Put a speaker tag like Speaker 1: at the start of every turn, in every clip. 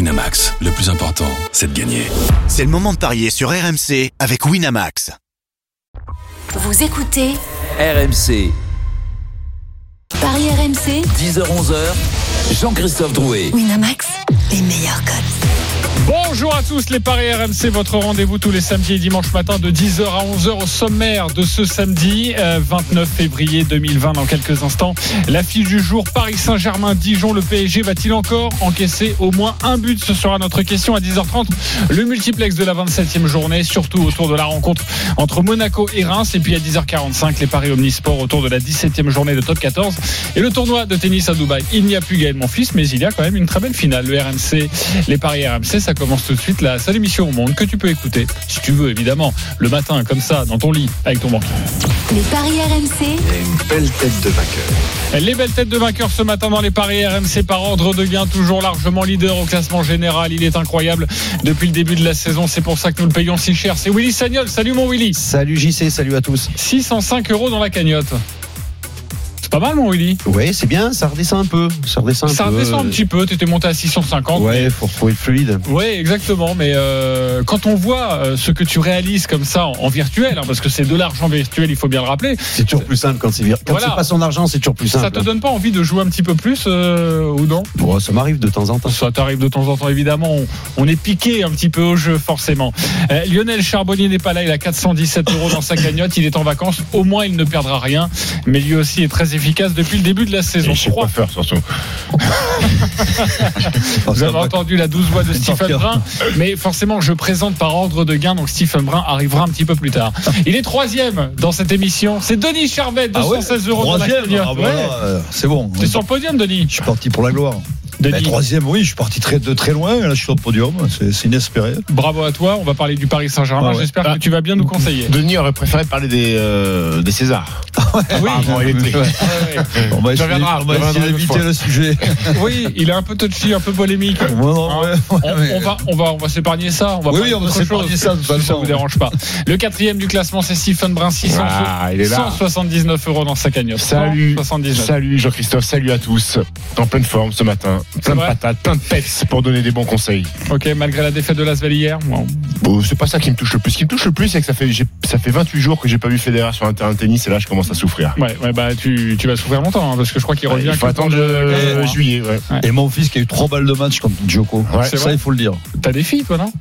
Speaker 1: Winamax, le plus important, c'est de gagner.
Speaker 2: C'est le moment de parier sur RMC avec Winamax.
Speaker 3: Vous écoutez
Speaker 4: RMC,
Speaker 3: Paris RMC
Speaker 4: 10h-11h, Jean-Christophe Drouet.
Speaker 3: Winamax, les meilleurs codes.
Speaker 5: Bonjour à tous les Paris RMC, votre rendez-vous tous les samedis et dimanches matin de 10h à 11h au sommaire de ce samedi euh, 29 février 2020 dans quelques instants. La fiche du jour Paris Saint-Germain Dijon, le PSG va-t-il encore encaisser au moins un but Ce sera notre question à 10h30. Le multiplex de la 27e journée, surtout autour de la rencontre entre Monaco et Reims et puis à 10h45 les Paris Omnisports autour de la 17e journée de Top 14 et le tournoi de tennis à Dubaï. Il n'y a plus Gaël Monfils mais il y a quand même une très belle finale le RMC, les Paris RMC ça commence tout de suite la seule émission au monde que tu peux écouter si tu veux évidemment le matin comme ça dans ton lit avec ton banquier.
Speaker 3: Les Paris RMC,
Speaker 5: Les belles têtes de vainqueurs ce matin dans les paris RMC par ordre de gain, toujours largement leader au classement général. Il est incroyable depuis le début de la saison. C'est pour ça que nous le payons si cher. C'est Willy Sagnol. Salut mon Willy.
Speaker 6: Salut JC, salut à tous.
Speaker 5: 605 euros dans la cagnotte. C'est pas mal mon Willy.
Speaker 6: Ouais, c'est bien, ça redescend un peu. Ça redescend un
Speaker 5: Ça
Speaker 6: peu. euh,
Speaker 5: redescend un petit peu. T'étais monté à 650.
Speaker 6: Ouais, faut retrouver le fluide.
Speaker 5: Ouais, exactement. Mais euh, quand on voit euh, ce que tu réalises comme ça en, en virtuel, hein, parce que c'est de l'argent virtuel, il faut bien le rappeler,
Speaker 6: C'est toujours plus simple quand c'est vir- Quand
Speaker 5: Voilà.
Speaker 6: c'est pas son argent, c'est toujours plus simple.
Speaker 5: Ah.
Speaker 6: hein.
Speaker 5: ça te donne pas envie de jouer un petit peu plus euh, ou non
Speaker 6: Bon, ça m'arrive de temps en temps.
Speaker 5: Ça t'arrive de temps en temps, évidemment. On, on est piqué un petit peu au jeu, forcément. Euh, Lionel Charbonnier n'est pas là. Il a 417 euros dans sa cagnotte. Il est en vacances. Au moins, il ne perdra rien. Mais lui aussi est très efficace depuis le début de la saison. Trois- Vous avez entendu la douce voix de Stephen
Speaker 6: Parker.
Speaker 5: Brun, mais forcément, je présente par ordre de gain, donc Stephen Brun arrivera un petit peu plus tard. Il est troisième dans cette émission. C'est Denis Charvet, 216 Ah euros dans la
Speaker 7: Ah Troisième,
Speaker 5: cagnotte.
Speaker 7: ah,
Speaker 5: Ouais.
Speaker 7: voilà, euh, c'est bon.
Speaker 5: T'es sur le podium, Denis.
Speaker 7: Je suis parti pour la gloire.
Speaker 5: Denis,
Speaker 7: Ben, troisième, oui, je suis parti très, de très loin. Là, je suis sur le podium. C'est c'est inespéré.
Speaker 5: bravo à toi. On va parler du Paris Saint-Germain.
Speaker 7: Ah ouais.
Speaker 5: J'espère que tu vas bien nous conseiller.
Speaker 8: Denis aurait préféré parler des, euh, des Césars.
Speaker 5: Oui.
Speaker 8: Apparemment, il était.
Speaker 5: Ouais, ouais.
Speaker 7: On va
Speaker 8: Tu
Speaker 7: essayer,
Speaker 8: reviendras,
Speaker 7: on va
Speaker 8: tu reviendras
Speaker 7: essayer
Speaker 8: une
Speaker 7: d'éviter
Speaker 8: fois.
Speaker 7: le sujet.
Speaker 5: Oui, il est un peu touchy, un peu polémique.
Speaker 7: Ouais, non, ouais,
Speaker 5: On,
Speaker 7: ouais, mais-
Speaker 5: on va, on va, on va s'épargner ça. On va parler
Speaker 7: Oui, oui, on va
Speaker 5: d'autre
Speaker 7: s'épargner
Speaker 5: chose,
Speaker 7: ça, de
Speaker 5: si
Speaker 7: toute
Speaker 5: ça
Speaker 7: façon.
Speaker 5: vous dérange pas. Le quatrième du classement, c'est Stephen Brun, 600
Speaker 8: Ah, il est là.
Speaker 5: 179 euros dans sa cagnotte.
Speaker 8: Salut.
Speaker 5: 179.
Speaker 8: Salut Jean-Christophe, salut à tous. En pleine forme ce matin. Plein de
Speaker 5: vrai
Speaker 8: patates, plein de peps pour donner des bons conseils.
Speaker 5: Ok, malgré la défaite de Lasvel hier. Bon.
Speaker 8: Bon, c'est pas ça qui me touche le plus. Ce qui me touche le plus, c'est que ça fait, j'ai- ça fait 28 jours que j'ai pas vu Federer sur un terrain de tennis et là, je commence à souffrir.
Speaker 5: Ouais, ouais, bah tu, tu vas souffrir longtemps hein, parce que je
Speaker 7: Bah,
Speaker 5: crois qu'il revient.
Speaker 8: il faut
Speaker 5: que
Speaker 8: attendre
Speaker 5: pour le-
Speaker 8: euh,
Speaker 5: Ouais.
Speaker 8: juillet. ouais.
Speaker 7: Et mon fils qui a eu trois balles de match contre Djoko.
Speaker 8: Ouais,
Speaker 5: c'est
Speaker 7: ça,
Speaker 5: vrai.
Speaker 7: il faut le dire.
Speaker 5: T'as des filles, toi, non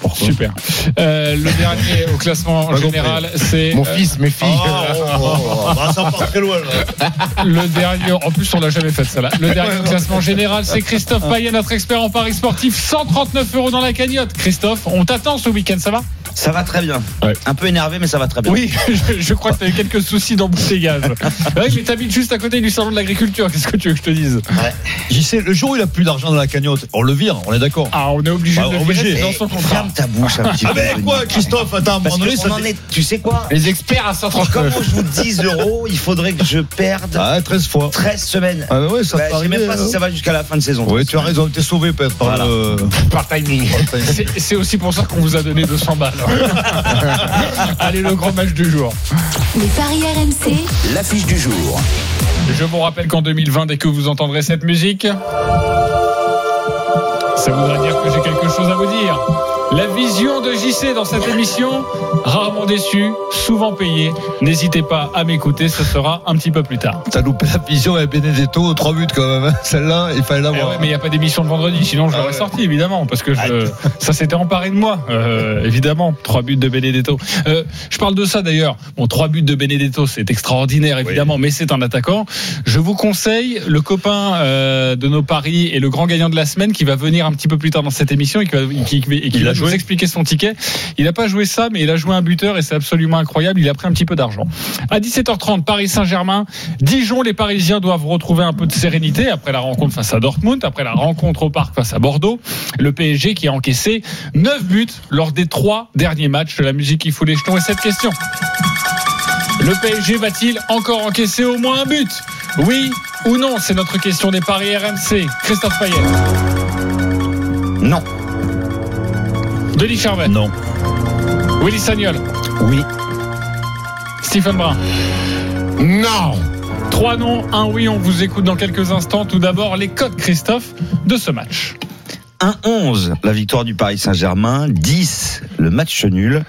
Speaker 7: Pourquoi
Speaker 5: Super. Euh, le dernier au classement
Speaker 7: Pas compris.
Speaker 5: général, c'est
Speaker 8: Mon
Speaker 5: euh,
Speaker 8: fils, mes filles.
Speaker 7: Ah, oh, oh, oh, bah, ça part très loin. là.
Speaker 5: oh. le dernier. En plus, on l'a jamais fait ça là. Le dernier au classement général, c'est Christophe Payet, notre expert en paris sportif, 139 euros dans la cagnotte. Christophe, on t'attend ce week-end, ça va
Speaker 9: Ça va très bien.
Speaker 5: Ouais.
Speaker 9: Un peu énervé, mais ça va très bien.
Speaker 5: Oui, je, je crois que t'as eu quelques soucis d'embouteillage. Ouais, mais t'habites juste à côté du salon de l'agriculture. Qu'est-ce que tu veux que je te dise
Speaker 7: J'y sais, le jour où il a plus d'argent dans la cagnotte, on le vire, on est d'accord.
Speaker 5: Ah, on est obligé
Speaker 7: Bah,
Speaker 5: de le
Speaker 7: obligé.
Speaker 5: virer, c'est dans
Speaker 9: Et
Speaker 5: son contrat.
Speaker 9: ferme ta bouche un petit
Speaker 7: Ah,
Speaker 9: peu.
Speaker 7: mais
Speaker 9: Denis.
Speaker 7: quoi, Christophe Attends, à un
Speaker 9: Parce
Speaker 7: moment
Speaker 9: que
Speaker 7: donné, ça
Speaker 9: on en
Speaker 7: fait-
Speaker 9: est, tu sais quoi
Speaker 8: Les experts à
Speaker 9: Comme
Speaker 8: 139.
Speaker 9: on joue 10 euros, il faudrait que je perde
Speaker 7: Ah, 13 fois.
Speaker 9: 13 semaines.
Speaker 7: Ah, bah ouais, ça
Speaker 9: Bah,
Speaker 7: peut
Speaker 9: je sais
Speaker 7: arriver,
Speaker 9: même pas
Speaker 7: hein.
Speaker 9: si ça va jusqu'à la fin de saison.
Speaker 7: Ouais, tu as raison, t'es sauvé peut-être par
Speaker 9: Voilà.
Speaker 7: le.
Speaker 8: Par timing.
Speaker 5: C'est c'est aussi pour ça qu'on vous a donné 200 balles. Allez, le grand match du jour.
Speaker 3: les Paris RMC,
Speaker 4: L'affiche du jour.
Speaker 5: Je vous rappelle qu'en 2020, dès que vous entendrez cette musique, ça voudra dire que j'ai quelque chose à vous dire. La vision de JC dans cette émission, rarement déçu, souvent payé. N'hésitez pas à m'écouter, ce sera un petit peu plus tard.
Speaker 7: T'as loupé la vision avec Benedetto, trois buts quand même. hein. Celle-là, il fallait
Speaker 5: Eh
Speaker 7: l'avoir.
Speaker 5: ouais, mais il n'y a pas d'émission de vendredi, sinon
Speaker 7: Ah
Speaker 5: je l'aurais sorti évidemment, parce que je- ça s'était emparé de moi, euh, évidemment. Trois buts de Benedetto. Euh, je parle de ça d'ailleurs. Bon, trois buts de Benedetto, c'est extraordinaire évidemment, mais c'est un attaquant. Je vous conseille le copain euh, de nos paris et le grand gagnant de la semaine qui va venir un petit peu plus tard dans cette émission et qui va, qui- qui- et qui
Speaker 7: Il
Speaker 5: va
Speaker 7: a
Speaker 5: nous
Speaker 7: joué
Speaker 5: expliquer son ticket. Il n'a pas joué ça, mais il a joué un buteur et c'est absolument incroyable. Il a pris un petit peu d'argent. À 17h30, Paris Saint-Germain, Dijon, les Parisiens doivent retrouver un peu de sérénité après la rencontre face à Dortmund, après la rencontre au parc face à Bordeaux. Le PSG qui a encaissé 9 buts lors des trois derniers matchs de la musique qui fout les jetons. Et cette question. Le PSG va-t-il encore encaisser au moins un but Oui ou non C'est notre question des paris RMC. Christophe Payet,
Speaker 9: Non.
Speaker 5: Denis Charvet,
Speaker 7: Non.
Speaker 5: Willy Sagnol,
Speaker 9: Oui.
Speaker 5: Stephen Brun.
Speaker 8: Non
Speaker 5: Trois noms, un oui, on vous écoute dans quelques instants. Tout d'abord, les codes, Christophe, de ce match.
Speaker 9: 1-11 la victoire du Paris Saint-Germain, 10 le match nul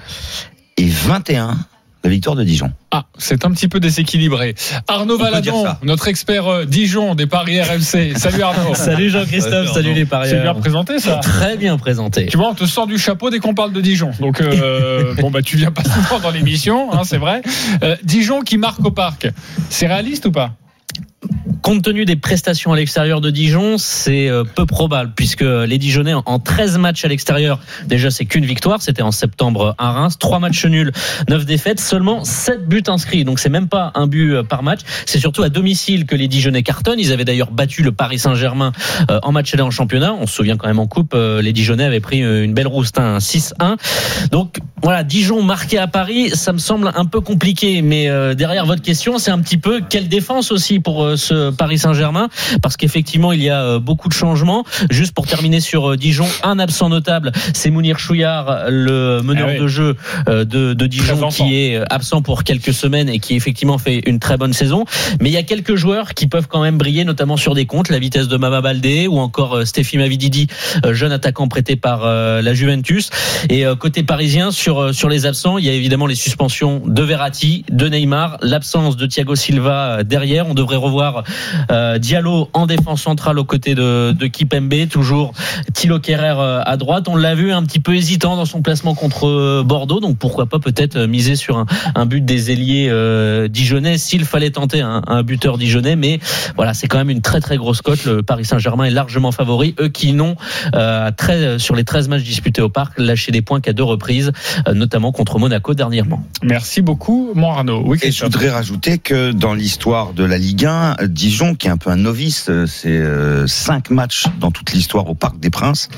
Speaker 9: et 21 la victoire de Dijon.
Speaker 5: Ah, c'est un petit peu déséquilibré. Arnaud
Speaker 9: On peut dire
Speaker 5: Valadon,
Speaker 9: ça.
Speaker 5: notre expert euh, Dijon des Paris RMC. Salut Arnaud.
Speaker 10: Salut Jean-Christophe, salut les
Speaker 5: C'est bien
Speaker 10: parieurs.
Speaker 5: présenté ça.
Speaker 10: Très bien présenté.
Speaker 5: Tu vois, on te sort du chapeau dès qu'on parle de Dijon. Donc, euh, bon, bah, tu viens pas souvent dans l'émission, hein, c'est vrai. Euh, Dijon qui marque au parc, c'est réaliste ou pas
Speaker 10: Compte tenu des prestations à l'extérieur de Dijon, c'est euh, peu probable puisque les Dijonnais en 13 matchs à l'extérieur, déjà c'est qu'une victoire, c'était en septembre à Reims, 3 matchs nuls, 9 défaites, seulement 7 buts inscrits. Donc c'est même pas un but euh, par match, c'est surtout à domicile que les Dijonnais cartonnent. Ils avaient d'ailleurs battu le Paris Saint-Germain euh, en match aller en championnat. On se souvient quand même en coupe, euh, les Dijonnais avaient pris euh, une belle rouste, hein, un 6-1. Donc voilà, Dijon marqué à Paris, ça me semble un peu compliqué. Mais euh, derrière votre question, c'est un petit peu quelle défense aussi pour euh, ce Paris Saint-Germain, parce qu'effectivement il y a euh, beaucoup de changements. Juste pour terminer sur euh, Dijon, un absent notable, c'est Mounir Chouillard, le meneur
Speaker 5: Ah oui.
Speaker 10: de jeu euh, de, de Dijon,
Speaker 5: absent.
Speaker 10: qui est euh, absent pour quelques semaines et qui effectivement fait une très bonne saison. Mais il y a quelques joueurs qui peuvent quand même briller, notamment sur des comptes, la vitesse de Mama Baldé ou encore euh, Stéphie Mavididi, euh, jeune attaquant prêté par euh, la Juventus. Et euh, côté parisien, sur, euh, sur les absents, il y a évidemment les suspensions de Verratti, de Neymar, l'absence de Thiago Silva euh, derrière. On devrait revoir euh, Diallo en défense centrale aux côtés de, de Kipembe, toujours Thilo Kerrer euh, à droite. On l'a vu un petit peu hésitant dans son placement contre euh, Bordeaux, donc pourquoi pas peut-être euh, miser sur un, un but des ailiers euh, dijonnais s'il fallait tenter un, un buteur dijonnais. Mais voilà, c'est quand même une très très grosse cote. Le Paris Saint-Germain est largement favori. Eux qui n'ont euh, 13 sur les 13 matchs disputés au parc lâché des points qu'à deux reprises, euh, notamment contre Monaco dernièrement.
Speaker 5: Merci beaucoup, mon Arnaud. Oui,
Speaker 9: Et je
Speaker 5: Christophe.
Speaker 9: voudrais rajouter que dans l'histoire de la Ligue 1, Dijon, qui est un peu un novice, euh, c'est euh, cinq matchs dans toute l'histoire au Parc des Princes,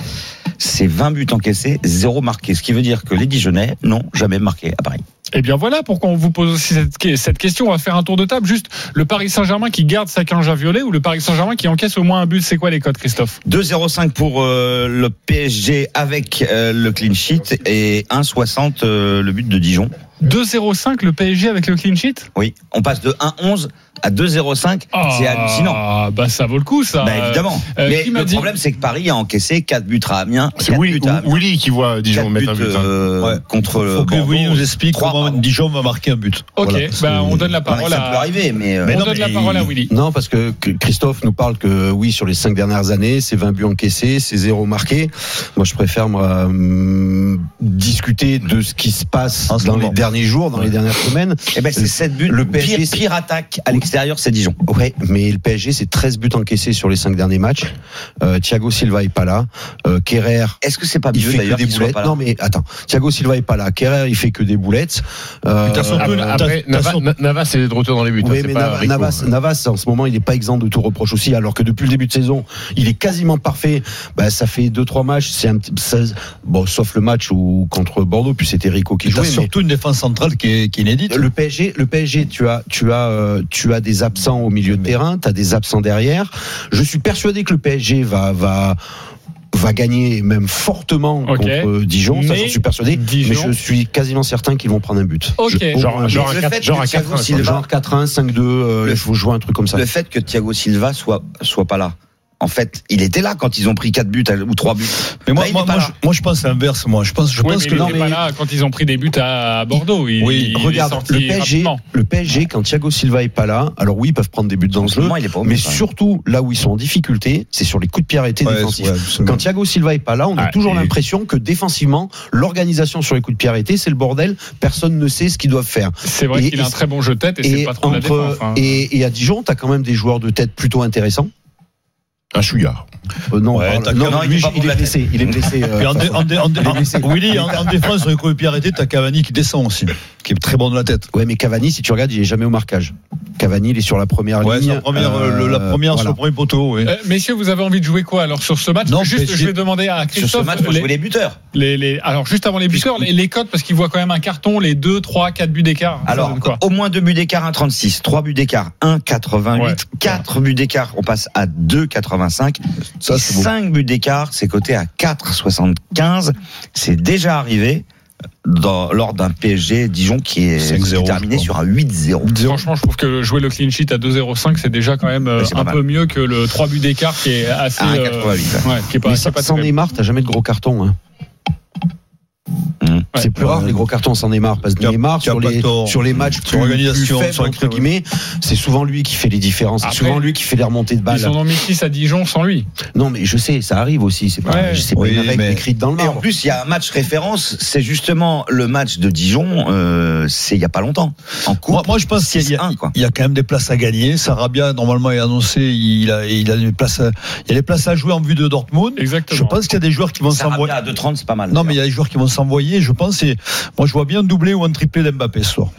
Speaker 9: c'est 20 buts encaissés, 0 marqué. Ce qui veut dire que les Dijonnais n'ont jamais marqué à Paris.
Speaker 5: Eh bien voilà pourquoi on vous pose aussi cette, que- cette question. On va faire un tour de table. Juste le Paris Saint-Germain qui garde sa quinze à violet ou le Paris Saint-Germain qui encaisse au moins un but. C'est quoi les codes, Christophe
Speaker 9: 2,05 pour euh, le PSG avec euh, le clean sheet et 1,60 euh, le but de Dijon.
Speaker 5: 2-0-5 le PSG avec le clean sheet
Speaker 9: Oui, on passe de 1,11 à 2,05. C'est hallucinant.
Speaker 5: Ah, bah ça vaut le coup ça.
Speaker 9: Bah, évidemment.
Speaker 5: euh,
Speaker 9: Mais
Speaker 5: qui m'a
Speaker 9: le
Speaker 5: dit-
Speaker 9: problème, c'est que Paris a encaissé 4 buts à Amiens.
Speaker 8: C'est
Speaker 9: quatre
Speaker 8: Willy,
Speaker 9: buts à Amiens,
Speaker 8: Willy qui voit Dijon
Speaker 9: quatre
Speaker 8: mettre un
Speaker 9: buts,
Speaker 8: but. hein.
Speaker 9: euh,
Speaker 7: Ouais.
Speaker 9: contre le
Speaker 7: Faut que
Speaker 9: Bordeaux.
Speaker 7: Willy nous explique
Speaker 9: Trois,
Speaker 7: comment
Speaker 9: pardon.
Speaker 7: Dijon va marquer un but.
Speaker 5: Ok,
Speaker 7: Voilà, parce
Speaker 5: bah,
Speaker 7: que-
Speaker 5: on donne la
Speaker 9: Non, mais
Speaker 5: parole
Speaker 9: ça peut
Speaker 5: à.
Speaker 9: arriver, mais, euh,
Speaker 5: On
Speaker 7: non,
Speaker 5: donne la
Speaker 7: mais
Speaker 5: parole à
Speaker 7: il-
Speaker 5: Willy.
Speaker 6: Non, parce que que Christophe nous parle que euh, oui, sur les cinq dernières années, c'est 20 buts encaissés, c'est zéro marqué. Moi, je préfère moi, hum, discuter de ce qui se passe
Speaker 9: En ce
Speaker 6: dans
Speaker 9: moment.
Speaker 6: les derniers jours, dans les dernières semaines.
Speaker 9: eh ben, c'est 7 buts.
Speaker 6: Le
Speaker 9: pire,
Speaker 6: PSG, c'est-
Speaker 9: pire attaque à l'extérieur, c'est Dijon.
Speaker 6: Ouais, mais le PSG, c'est 13 buts encaissés sur les cinq derniers matchs. Euh, Thiago Silva est pas là. Euh, Kerrer,
Speaker 9: Est-ce que c'est pas
Speaker 6: il
Speaker 9: mieux
Speaker 6: fait que
Speaker 9: d'ailleurs
Speaker 6: des
Speaker 9: qu'il soit
Speaker 6: boulettes.
Speaker 9: pas là
Speaker 6: Non, mais attends. Thiago Silva est pas là. Kerrer, il fait que des boulettes. Euh,
Speaker 7: Putain, surtout,
Speaker 6: euh,
Speaker 7: là,
Speaker 8: Après,
Speaker 7: t'as-
Speaker 8: Navas,
Speaker 7: t'as-
Speaker 8: Na- Navas est de retour dans les buts. hein,
Speaker 6: Oui,
Speaker 8: c'est
Speaker 6: mais
Speaker 8: pas
Speaker 6: Nava-
Speaker 8: Rico.
Speaker 6: Navas, Navas, en ce moment, il n'est pas exempt de tout reproche aussi, alors que depuis le début de saison, il est quasiment parfait. Bah, ça fait deux trois matchs, c'est un petit, ça- bon, sauf le match où contre Bordeaux, puis c'était Rico qui
Speaker 7: T'as
Speaker 6: jouait. mais
Speaker 7: surtout une défense centrale qui est, qui est inédite.
Speaker 6: Le PSG, le PSG, tu as, tu as, euh, tu as des absents au milieu de terrain, tu as des absents derrière. Je suis persuadé que le PSG va, va, va gagner même fortement
Speaker 5: Ok.
Speaker 6: contre euh, Dijon. ça,
Speaker 5: Mais
Speaker 6: j'en suis persuadé.
Speaker 5: Dijon-
Speaker 6: Mais je suis quasiment certain qu'ils vont prendre un but.
Speaker 5: Ok.
Speaker 6: Je- au moins un
Speaker 9: Le
Speaker 6: but.
Speaker 8: Genre, genre
Speaker 9: fait
Speaker 8: un 4
Speaker 9: que
Speaker 8: genre un
Speaker 9: Thiago
Speaker 8: 4
Speaker 9: Silva-
Speaker 6: Genre 4-1, 5-2, euh,
Speaker 9: Le-
Speaker 6: je vous joue un truc comme ça.
Speaker 9: Le fait que Thiago Silva soit, soit pas là. En fait, il était là quand ils ont pris 4 buts à- ou 3 buts.
Speaker 7: Mais moi,
Speaker 9: Là, il
Speaker 7: moi,
Speaker 9: est pas
Speaker 7: moi,
Speaker 9: là.
Speaker 7: je, moi, je pense l'inverse. Moi, je pense, je
Speaker 5: Oui,
Speaker 7: pense
Speaker 5: mais
Speaker 7: que
Speaker 5: il
Speaker 6: non,
Speaker 5: était pas
Speaker 6: mais-
Speaker 5: là quand ils ont pris des buts à à Bordeaux. Il,
Speaker 6: Oui,
Speaker 5: il est
Speaker 6: regarde,
Speaker 5: sorti
Speaker 6: le PSG,
Speaker 5: rapidement.
Speaker 6: le PSG, quand Thiago Silva est pas là, alors oui, ils peuvent prendre des buts dans
Speaker 9: En
Speaker 6: le
Speaker 9: ce
Speaker 6: jeu,
Speaker 9: moment, il est pas au
Speaker 6: mais
Speaker 9: mieux, quand même.
Speaker 6: surtout là où ils sont en difficulté, c'est sur les coups de pied arrêtés
Speaker 7: Ouais,
Speaker 6: défensifs.
Speaker 7: ouais, absolument.
Speaker 6: Quand Thiago Silva est pas là, on a
Speaker 8: Ah,
Speaker 6: toujours
Speaker 8: et-
Speaker 6: l'impression que défensivement, l'organisation sur les coups de pied arrêtés, c'est le bordel, personne ne sait ce qu'ils doivent faire.
Speaker 5: C'est vrai
Speaker 6: Et-
Speaker 5: qu'il a un
Speaker 6: et-
Speaker 5: très bon jeu de tête et, c'est pas trop de la
Speaker 6: entre-
Speaker 5: défense. hein.
Speaker 6: et, et à Dijon, t'as quand même des joueurs de tête plutôt intéressants.
Speaker 8: Un chouillard.
Speaker 6: Euh, non,
Speaker 7: Ouais,
Speaker 6: on parle-
Speaker 7: t'as
Speaker 6: non,
Speaker 7: quand même-
Speaker 6: lui,
Speaker 7: il est pas
Speaker 6: il,
Speaker 7: bon de
Speaker 6: est
Speaker 7: la
Speaker 6: blessé, il est blessé. euh,
Speaker 7: Puis en, dé- en dé- en dé-
Speaker 6: Il est blessé.
Speaker 7: Willy,
Speaker 5: hein,
Speaker 7: en, en défense, sur les coups de pied arrêtés, t'as Cavani qui descend aussi, qui est très bon de la tête.
Speaker 6: Ouais, mais Cavani, si tu regardes, il est jamais au marquage. Cavani, il est sur la première
Speaker 7: Ouais,
Speaker 6: ligne.
Speaker 7: sur la première,
Speaker 6: euh,
Speaker 7: le- la première sur
Speaker 6: voilà.
Speaker 7: le premier poteau. oui.
Speaker 5: Euh, messieurs, vous avez envie de jouer quoi alors sur ce match
Speaker 7: Non,
Speaker 5: Juste,
Speaker 7: PSG
Speaker 5: je vais demander à
Speaker 9: Sur
Speaker 5: Christophe.
Speaker 9: ce match, faut
Speaker 5: les,
Speaker 9: jouer les buteurs.
Speaker 5: les- les- alors juste avant les buteurs, les, les cotes parce qu'il voit quand même un carton, les 2, 3, 4 buts d'écart. Ça
Speaker 9: Alors,
Speaker 5: donne quoi
Speaker 9: au moins 2 buts d'écart, 1,36. 3 buts d'écart, 1,88.
Speaker 5: Ouais.
Speaker 9: 4 buts d'écart, on passe à 2,85.
Speaker 7: Ça, c'est beau.
Speaker 9: 5 buts d'écart, c'est coté à 4,75. C'est déjà arrivé. dans- lors d'un PSG Dijon qui est,
Speaker 7: 5-0,
Speaker 9: qui est terminé
Speaker 7: je
Speaker 9: sur un 8-0.
Speaker 5: Franchement, je trouve que jouer le clean sheet à 2-0-5, c'est déjà quand même euh,
Speaker 9: Ouais, c'est pas
Speaker 5: un
Speaker 9: mal. Ah,
Speaker 5: peu mieux que le 3 buts d'écart qui est assez.
Speaker 9: À
Speaker 5: euh,
Speaker 9: 1,88,
Speaker 5: ouais, qui est pas,
Speaker 6: Mais
Speaker 5: qui est
Speaker 6: ça,
Speaker 5: pas
Speaker 6: sans
Speaker 5: terrible.
Speaker 6: Neymar, t'as jamais de gros cartons. hein.
Speaker 9: Mmh.
Speaker 6: C'est plus
Speaker 7: Ouais.
Speaker 6: rare les gros cartons sans Neymar parce que
Speaker 7: T'as-
Speaker 6: Neymar
Speaker 7: t'as
Speaker 6: sur
Speaker 7: pas
Speaker 6: les
Speaker 7: tort.
Speaker 6: sur les matchs
Speaker 7: Sur
Speaker 6: plus, plus
Speaker 7: l'organisation,
Speaker 6: faibles
Speaker 7: sur la
Speaker 6: entre
Speaker 7: cré-
Speaker 6: guillemets, c'est souvent lui qui fait les différences, c'est
Speaker 5: Après,
Speaker 6: souvent lui qui fait les remontées de
Speaker 5: Ils
Speaker 6: balles.
Speaker 5: en ont mis 6 à Dijon sans lui.
Speaker 6: Non mais je sais, ça arrive aussi, c'est pas
Speaker 5: Ouais.
Speaker 6: c'est pas
Speaker 7: Oui,
Speaker 6: une règle
Speaker 7: mais-
Speaker 6: écrite dans le
Speaker 9: Et en
Speaker 6: marbre.
Speaker 9: plus, il y a un match référence, c'est justement le match de Dijon, euh, c'est il y a pas longtemps. En
Speaker 7: Moi,
Speaker 9: cours,
Speaker 7: moi, je pense qu'il y, a-
Speaker 9: 6-1, quoi.
Speaker 7: il y a quand même des places à gagner. Sarabia, normalement, est annoncé, il a, il a des places, à- il y a des places à jouer en vue de Dortmund.
Speaker 5: Exactement.
Speaker 7: Je pense qu'il y a des joueurs qui vont s'envoyer.
Speaker 9: Sarabia à 2,30, c'est pas mal.
Speaker 7: Non, mais il y a des joueurs qui vont s'envoyer, je pense. Et moi, je vois bien un doublé ou un triplé d'Mbappé ce soir.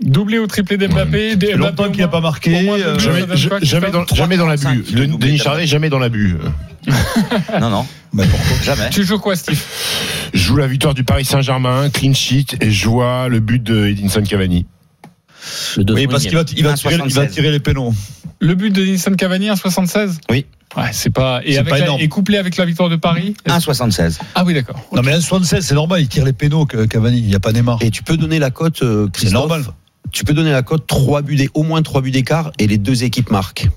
Speaker 5: Doublé ou triplé d'Mbappé.
Speaker 7: fait
Speaker 5: d'Mbappé
Speaker 7: longtemps
Speaker 5: au
Speaker 7: qu'il n'a
Speaker 5: moins-
Speaker 7: pas marqué,
Speaker 5: au moins deux
Speaker 7: euh,
Speaker 5: buts,
Speaker 7: jamais-
Speaker 5: ça donne quoi,
Speaker 8: Jamais
Speaker 5: Christophe
Speaker 8: dans, jamais dans l'abus.
Speaker 9: 3,45,
Speaker 8: Denis Denis Charvet, jamais dans l'abus. euh.
Speaker 9: Non, non,
Speaker 7: Mais pourquoi
Speaker 9: jamais.
Speaker 5: Tu joues quoi, Steve
Speaker 8: Je joue la victoire du Paris Saint-Germain, clean sheet, et je vois le but de Edinson Cavani.
Speaker 10: Le deux
Speaker 7: Oui, parce
Speaker 10: premiers.
Speaker 7: qu'il va, il va, tirer, il va
Speaker 9: 1,76.
Speaker 7: tirer les pénaux.
Speaker 5: Le but de Nissan Cavani, 1,76
Speaker 9: Oui.
Speaker 5: Ouais, c'est pas. Et,
Speaker 7: C'est
Speaker 5: avec
Speaker 7: pas
Speaker 5: la-
Speaker 7: énorme.
Speaker 5: et couplé avec la victoire de Paris
Speaker 9: 1,76.
Speaker 5: Ah oui, d'accord.
Speaker 7: Non, mais 1,76, c'est normal, il tire les pénaux, que- Cavani. Il n'y a pas Neymar.
Speaker 6: Et tu peux donner la cote euh,
Speaker 7: C'est
Speaker 6: Christophe,
Speaker 7: normal.
Speaker 6: Tu peux donner la cote 3 buts d'é- au moins 3 buts d'écart et les deux équipes marquent.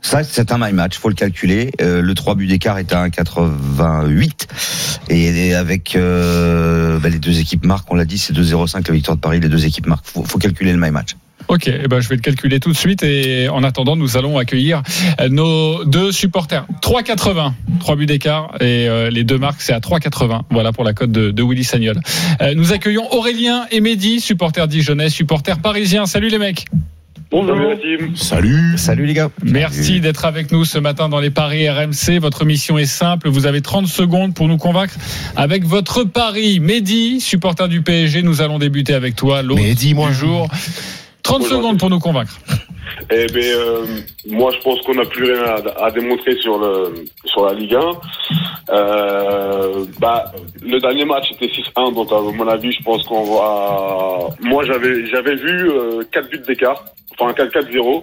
Speaker 9: Ça, c'est un my match, faut le calculer. Euh, le 3 buts d'écart est à 1,88. Et avec euh, bah, les deux équipes marques, on l'a dit, c'est 2,05 la victoire de Paris, les deux équipes marques. Faut, faut calculer le my match.
Speaker 5: Ok, eh ben, je vais le calculer tout de suite. Et en attendant, nous allons accueillir euh, nos deux supporters. 3,80. 3 buts d'écart. Et euh, les deux marques, c'est à 3,80. Voilà pour la cote de, de Willy Sagnol. Euh, nous accueillons Aurélien et Mehdi, supporters dijonnais, supporters parisiens. Salut les mecs.
Speaker 8: Salut
Speaker 6: Salut les gars.
Speaker 5: Merci d'être avec nous ce matin dans les paris RMC. Votre mission est simple. Vous avez 30 secondes pour nous convaincre avec votre pari. Mehdi, supporter du PSG, nous allons débuter avec toi. L'autre
Speaker 8: Mais dis-moi.
Speaker 5: du jour. 30
Speaker 11: Bonjour.
Speaker 5: secondes pour nous convaincre.
Speaker 11: Eh ben, euh, moi, je pense qu'on n'a plus rien à, à démontrer sur le sur la Ligue 1. Euh, bah, le dernier match était 6-1, donc à mon avis, je pense qu'on va. Moi, j'avais j'avais vu euh, 4 buts d'écart, enfin 4-4-0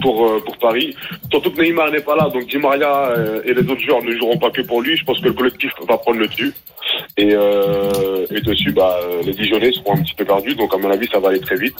Speaker 11: pour euh, pour Paris. Surtout que Neymar n'est pas là, donc Di Maria euh, et les autres joueurs ne joueront pas que pour lui. Je pense que le collectif va prendre le dessus. Et, euh, et dessus, bah, euh, les Dijonais seront un petit peu perdus, donc à mon avis, ça va aller très vite.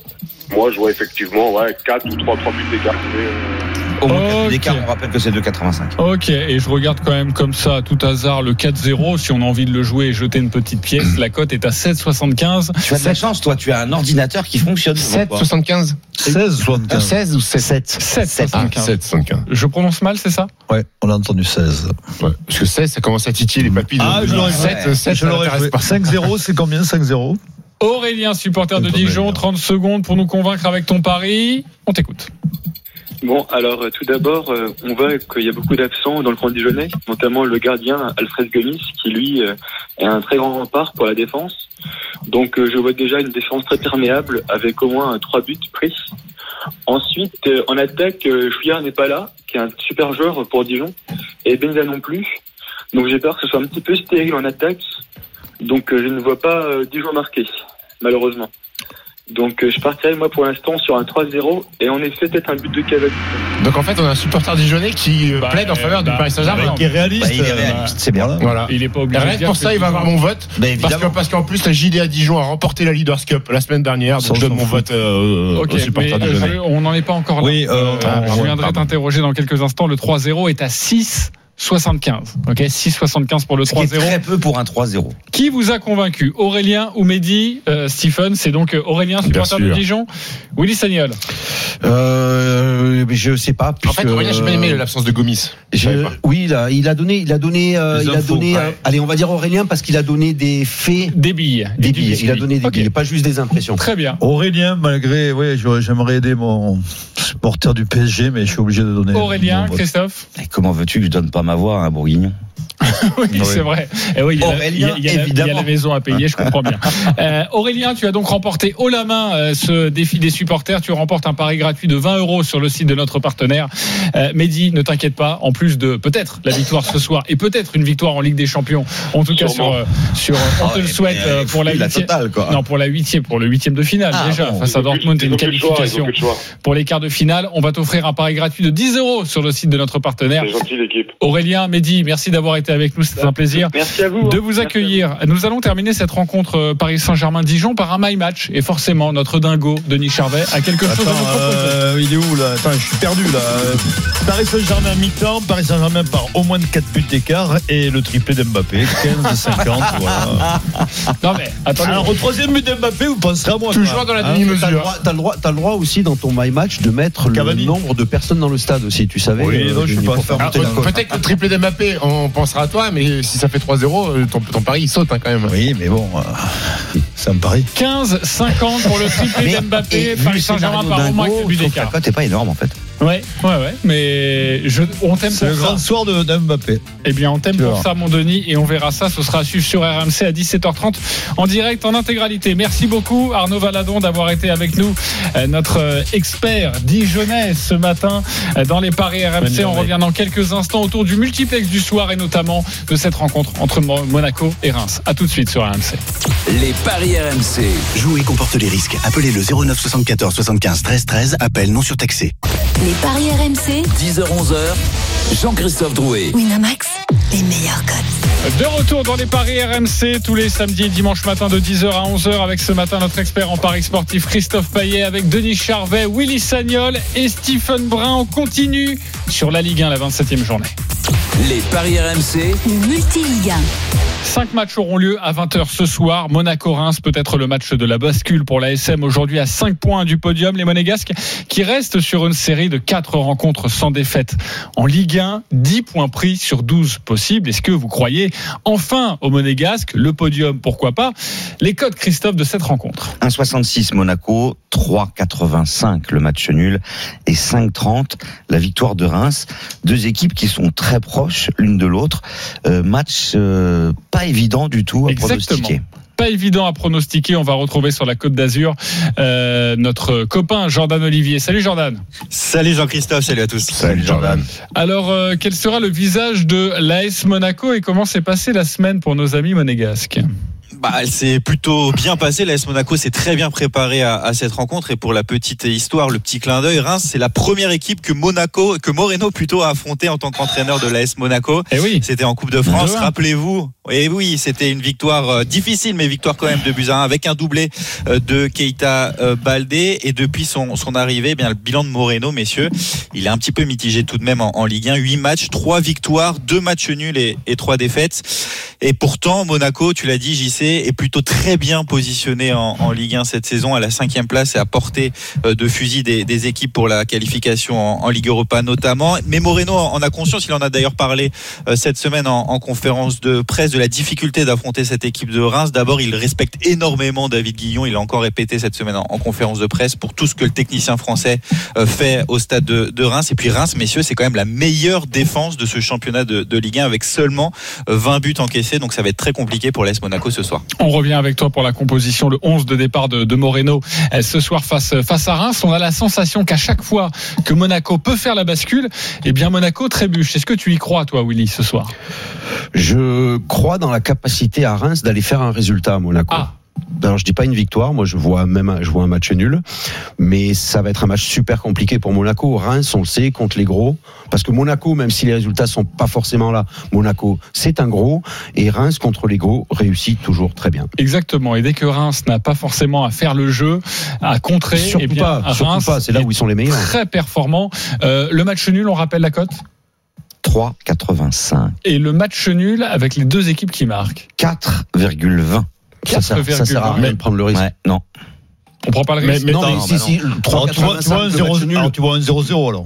Speaker 11: Moi, je vois effectivement ouais, 4 ou 3, 3 buts d'écart. Mais, euh,
Speaker 9: Au moins 4
Speaker 5: Ok.
Speaker 9: buts d'écart, on rappelle que c'est 2,85.
Speaker 5: Ok, et je regarde quand même comme ça, à tout hasard, le 4-0. Si on a envie de le jouer et jeter une petite pièce, la cote est à 7,75.
Speaker 9: Tu as de la chance, toi, tu as un ordinateur qui fonctionne.
Speaker 8: 7,
Speaker 9: Bon,
Speaker 8: 75
Speaker 7: 16, 75.
Speaker 8: 16 Ah, ou 7 7.
Speaker 5: 7,75.
Speaker 8: 7, 75.
Speaker 5: Je prononce mal, c'est ça
Speaker 7: Ouais, on a entendu 16.
Speaker 8: Ouais. Parce que 16, ça commence à titiller les papilles.
Speaker 7: Ah, je l'aurais fait.
Speaker 8: 7, 7,
Speaker 7: Je l'aurais joué. 5-0, c'est combien 5-0
Speaker 5: Aurélien, supporter de
Speaker 7: Pas mal,
Speaker 5: Dijon,
Speaker 7: hein.
Speaker 5: 30 secondes pour nous convaincre avec ton pari. On t'écoute.
Speaker 11: Bon, alors euh, tout d'abord, euh, on voit qu'il y a beaucoup d'absents dans le camp dijonnais, notamment le gardien Alfred Gomis, qui lui euh, est un très grand rempart pour la défense. Donc euh, je vois déjà une défense très perméable, avec au moins euh, trois buts pris. Ensuite, euh, en attaque, euh, Chouillard n'est pas là, qui est un super joueur pour Dijon, et Benza non plus. Donc j'ai peur que ce soit un petit peu stérile en attaque. Donc euh, je ne vois pas euh, Dijon marquer, malheureusement. Donc euh, je partirai moi pour l'instant sur un 3-0 et en effet peut-être un but de Cavani.
Speaker 8: Donc en fait, on a un supporter dijonnais qui euh,
Speaker 5: Bah,
Speaker 8: plaide en faveur
Speaker 5: bah,
Speaker 8: du Paris Saint-Germain.
Speaker 7: Qui est réaliste
Speaker 9: Bah, il est réaliste, c'est bien.
Speaker 8: Voilà.
Speaker 5: euh, Il est pas
Speaker 8: Et
Speaker 5: obligé. de
Speaker 8: rien que
Speaker 5: dire
Speaker 8: pour
Speaker 5: que
Speaker 8: ça, il va
Speaker 5: Dijon-
Speaker 8: avoir mon vote.
Speaker 9: Mais
Speaker 8: Parce que-
Speaker 9: évidemment.
Speaker 8: Parce qu'en plus, la JDA Dijon a remporté la Leaders Cup la semaine dernière.
Speaker 7: Ça,
Speaker 8: Donc
Speaker 7: on
Speaker 8: je donne
Speaker 7: s'en
Speaker 8: mon
Speaker 7: fout.
Speaker 8: vote euh,
Speaker 5: Ok,
Speaker 7: Oh,
Speaker 8: aux supporters
Speaker 5: mais, euh,
Speaker 8: dijonnais.
Speaker 5: je- on n'en est pas encore là.
Speaker 7: Oui, euh,
Speaker 5: Euh,
Speaker 8: ah,
Speaker 5: je
Speaker 8: ouais,
Speaker 5: viendrai
Speaker 8: pardon.
Speaker 5: t'interroger dans quelques instants. Le 3-0 est à 6,75. Ok, 6,75 pour le
Speaker 9: Ce qui est
Speaker 5: 3-0.
Speaker 9: très peu pour un 3-0.
Speaker 5: Qui vous a convaincu Aurélien ou Mehdi euh, Stephen, c'est donc euh, Aurélien, supporter
Speaker 8: sûr.
Speaker 5: de Dijon. Willy Sagnol.
Speaker 6: Euh, mais je sais pas.
Speaker 8: En
Speaker 6: puisque- euh,
Speaker 8: fait, Aurélien, j'ai bien aimé l'absence de Gomis.
Speaker 6: Je-
Speaker 8: savais pas.
Speaker 6: oui, il a, il a donné, il a donné, euh,
Speaker 8: Des
Speaker 6: il a
Speaker 8: infos,
Speaker 6: donné.
Speaker 8: ouais.
Speaker 6: euh, allez, on va dire Aurélien parce qu'il a donné des faits,
Speaker 5: Des billes.
Speaker 6: des
Speaker 5: billes,
Speaker 6: billes. Il a donné des
Speaker 5: Ok,
Speaker 6: billes, pas juste des impressions.
Speaker 5: Très bien.
Speaker 7: Aurélien, malgré, oui, j'aurais- j'aimerais aider mon supporter du PSG, mais je suis obligé de donner.
Speaker 5: Aurélien,
Speaker 7: mon vote.
Speaker 5: Christophe.
Speaker 9: Et Eh, comment veux-tu que je donne pas ma voix à un bourguignon
Speaker 5: Oui,
Speaker 6: Ah
Speaker 5: c'est vrai. Et oui, il y a la-
Speaker 9: Ah Aurélien,
Speaker 5: il y a hein. la- il y a la
Speaker 9: évidemment.
Speaker 5: maison à payer, je comprends bien. Euh, Aurélien, tu as donc remporté haut la main euh, ce défi des supporters. Tu remportes un pari gratuit de 20 euros sur le site de notre partenaire. Euh, Mehdi, ne t'inquiète pas. En plus de peut-être la victoire ce soir et peut-être une victoire en Ligue des Champions. En tout cas, sur,
Speaker 11: Sûrement.
Speaker 5: euh, sur, euh, on
Speaker 9: Ah
Speaker 5: te le
Speaker 9: ouais,
Speaker 5: souhaite
Speaker 9: mais,
Speaker 5: euh, pour la
Speaker 9: la
Speaker 5: huitième.
Speaker 9: totale, quoi.
Speaker 5: Non, pour la huitième, pour le huitième de finale,
Speaker 9: Ah,
Speaker 5: déjà,
Speaker 9: bon.
Speaker 5: face à Dortmund, t'as
Speaker 11: Ils
Speaker 5: une
Speaker 11: ont plus le choix, ils ont
Speaker 5: qualification.
Speaker 11: plus le choix.
Speaker 5: Pour les quarts de finale, on va t'offrir un pari gratuit de 10 euros sur le site de notre partenaire.
Speaker 11: C'est gentil l'équipe.
Speaker 5: Aurélien, Mehdi, merci d'avoir été avec nous. C'était un plaisir
Speaker 1: Merci à vous. hein.
Speaker 5: de vous
Speaker 1: Merci
Speaker 5: accueillir. Nous allons terminer cette rencontre euh, Paris Saint-Germain-Dijon par un my match. Et forcément, notre dingo, Denis Charvet, a quelque chose à
Speaker 7: Attends,
Speaker 5: nous proposer.
Speaker 7: euh, il est où là Attends, je suis perdu là. Euh, Paris Saint-Germain mi-temps, Paris Saint-Germain par au moins de 4 buts d'écart et le triplé d'Mbappé, 15-50. voilà.
Speaker 5: Non mais, attendez.
Speaker 7: Alors au troisième but d'Mbappé, vous penserez à moi.
Speaker 8: Toujours
Speaker 7: quoi.
Speaker 8: dans la
Speaker 7: Hein
Speaker 8: demi-mesure.
Speaker 6: T'as le, droit, t'as le droit- t'as le droit aussi dans ton my match de mettre
Speaker 7: Cavani.
Speaker 6: le nombre de personnes dans le stade aussi, tu savais. euh,
Speaker 7: Oui, non, je suis
Speaker 6: Denis,
Speaker 7: pas
Speaker 6: pour faire
Speaker 7: fan.
Speaker 8: Alors,
Speaker 6: monter la cote.
Speaker 8: Peut-être que le triplé d'Mbappé, on pensera à toi, mais si ça fait 3-0, ton, ton pari il saute hein, quand même.
Speaker 7: Oui, mais bon, euh, ça me paraît.
Speaker 5: 15-50 pour le triplé
Speaker 9: et
Speaker 5: d'Mbappé,
Speaker 9: vu
Speaker 5: Paris
Speaker 9: le scénario
Speaker 5: Saint-Germain par au
Speaker 9: dingo,
Speaker 5: moins
Speaker 9: je
Speaker 5: que
Speaker 9: trouve
Speaker 5: but
Speaker 9: que
Speaker 5: d'écart.
Speaker 9: La cote est pas énorme en fait.
Speaker 5: Ouais, ouais, ouais. Mais je, on t'aime
Speaker 7: C'est
Speaker 5: pour
Speaker 7: le
Speaker 5: ça.
Speaker 7: grand soir de d'Mbappé.
Speaker 5: Eh bien, on t'aime
Speaker 7: Tu
Speaker 5: pour
Speaker 7: vois.
Speaker 5: ça, mon Denis, et on verra ça. Ce sera à suivre sur RMC à 17h30 en direct, en intégralité. Merci beaucoup, Arnaud Valadon, d'avoir été avec nous, euh, notre euh, expert Dijonais ce matin euh, dans les paris RMC. On revient dans quelques instants autour du multiplex du soir et notamment de cette rencontre entre Mo- Monaco et Reims. À tout de suite sur RMC.
Speaker 12: Les paris RMC.
Speaker 2: Jouer comporte les risques. Appelez le 09 74 75 13 13. Appel non surtaxé.
Speaker 3: Les paris RMC,
Speaker 12: 10h-11h, Jean-Christophe Drouet.
Speaker 3: Winamax, les meilleurs codes.
Speaker 5: De retour dans les paris RMC tous les samedis et dimanches matin de 10h à 11h avec ce matin notre expert en paris sportif Christophe Payet avec Denis Charvet, Willy Sagnol et Stephen Brun. On continue sur la Ligue 1 la 27e journée.
Speaker 12: Les paris RMC.
Speaker 3: Le multi-ligue 1.
Speaker 5: Cinq matchs auront lieu à 20h ce soir. Monaco-Reims peut être le match de la bascule pour la SM aujourd'hui à 5 points du podium. Les Monégasques qui restent sur une série de 4 rencontres sans défaite en Ligue 1, 10 points pris sur 12 possibles. Est-ce que vous croyez enfin aux Monégasques Le podium, pourquoi pas Les codes, Christophe, de cette rencontre.
Speaker 9: 1,66 Monaco, 3,85 le match nul et 5,30 la victoire de Reims. Deux équipes qui sont très proches l'une de l'autre. Euh, match euh, pas évident du tout à
Speaker 5: Exactement.
Speaker 9: pronostiquer.
Speaker 5: Pas évident à pronostiquer. On va retrouver sur la Côte d'Azur euh, notre copain Jordan Olivier. Salut Jordan.
Speaker 13: Salut Jean-Christophe, salut à tous.
Speaker 8: Salut Jordan.
Speaker 5: Alors, euh, quel sera le visage de l'AS Monaco et comment s'est passée la semaine pour nos amis monégasques
Speaker 13: Bah, elle s'est plutôt bien passée. L'AS Monaco s'est très bien préparée à, à cette rencontre. Et pour la petite histoire, le petit clin d'œil, Reims, c'est la première équipe que Monaco, que Moreno plutôt a affronté en tant qu'entraîneur de l'AS Monaco.
Speaker 5: Eh oui,
Speaker 13: C'était en Coupe de France,
Speaker 5: Deux un.
Speaker 13: rappelez-vous. Et oui, c'était une victoire euh, difficile, mais victoire quand même de buts à un, avec un doublé euh, de Keita euh, Baldé. Et depuis son, son arrivée, eh bien le bilan de Moreno, messieurs, il est un petit peu mitigé tout de même en, en Ligue 1. 8 matchs, 3 victoires, 2 matchs nuls et, et 3 défaites. Et pourtant, Monaco, tu l'as dit, JC, est plutôt très bien positionné en, en Ligue 1 cette saison, à la cinquième place et à portée euh, de fusil des, des équipes pour la qualification en, en Ligue Europa notamment. Mais Moreno en en a conscience, il en a d'ailleurs parlé euh, cette semaine en, en conférence de presse de la difficulté d'affronter cette équipe de Reims. D'abord, il respecte énormément David Guillon. Il a encore répété cette semaine en, en conférence de presse pour tout ce que le technicien français euh, fait au stade de, de Reims. Et puis Reims, messieurs, c'est quand même la meilleure défense de ce championnat de, de Ligue 1 avec seulement euh, 20 buts encaissés. Donc ça va être très compliqué pour l'AS Monaco ce soir.
Speaker 5: on revient avec toi pour la composition, le 11 de départ de, de Moreno euh, ce soir face, face à Reims. On a la sensation qu'à chaque fois que Monaco peut faire la bascule, eh bien Monaco trébuche. Est-ce que tu y crois, toi, Willy, ce soir
Speaker 6: Je crois dans la capacité à Reims d'aller faire un résultat à Monaco.
Speaker 5: Ah.
Speaker 6: Alors je dis pas une victoire, moi je vois même un- je vois un match nul, mais ça va être un match super compliqué pour Monaco. Reims, on le sait, contre les gros, parce que Monaco, même si les résultats sont pas forcément là, Monaco c'est un gros et Reims contre les gros réussit toujours très bien.
Speaker 5: Exactement. Et dès que Reims n'a pas forcément à faire le jeu, à contrer, eh
Speaker 6: surtout
Speaker 5: bien,
Speaker 6: pas, surtout
Speaker 5: Reims
Speaker 6: pas, c'est là où ils sont les
Speaker 5: est
Speaker 6: meilleurs.
Speaker 5: très performant. Euh, le match nul, on rappelle la cote
Speaker 9: 3,85.
Speaker 5: Et le match nul avec les deux équipes qui marquent.
Speaker 9: 4,20.
Speaker 6: Ça sert, ça sert à
Speaker 5: 4,20.
Speaker 6: rien de prendre le risque.
Speaker 9: Ouais, non. bah
Speaker 5: On prend pas le risque.
Speaker 6: bah non, mais si, si,
Speaker 7: Alors, tu vois
Speaker 6: 3,85,
Speaker 7: tu vois un
Speaker 6: le match
Speaker 7: 0
Speaker 6: nul.
Speaker 7: alors, tu vois un 0-0 alors.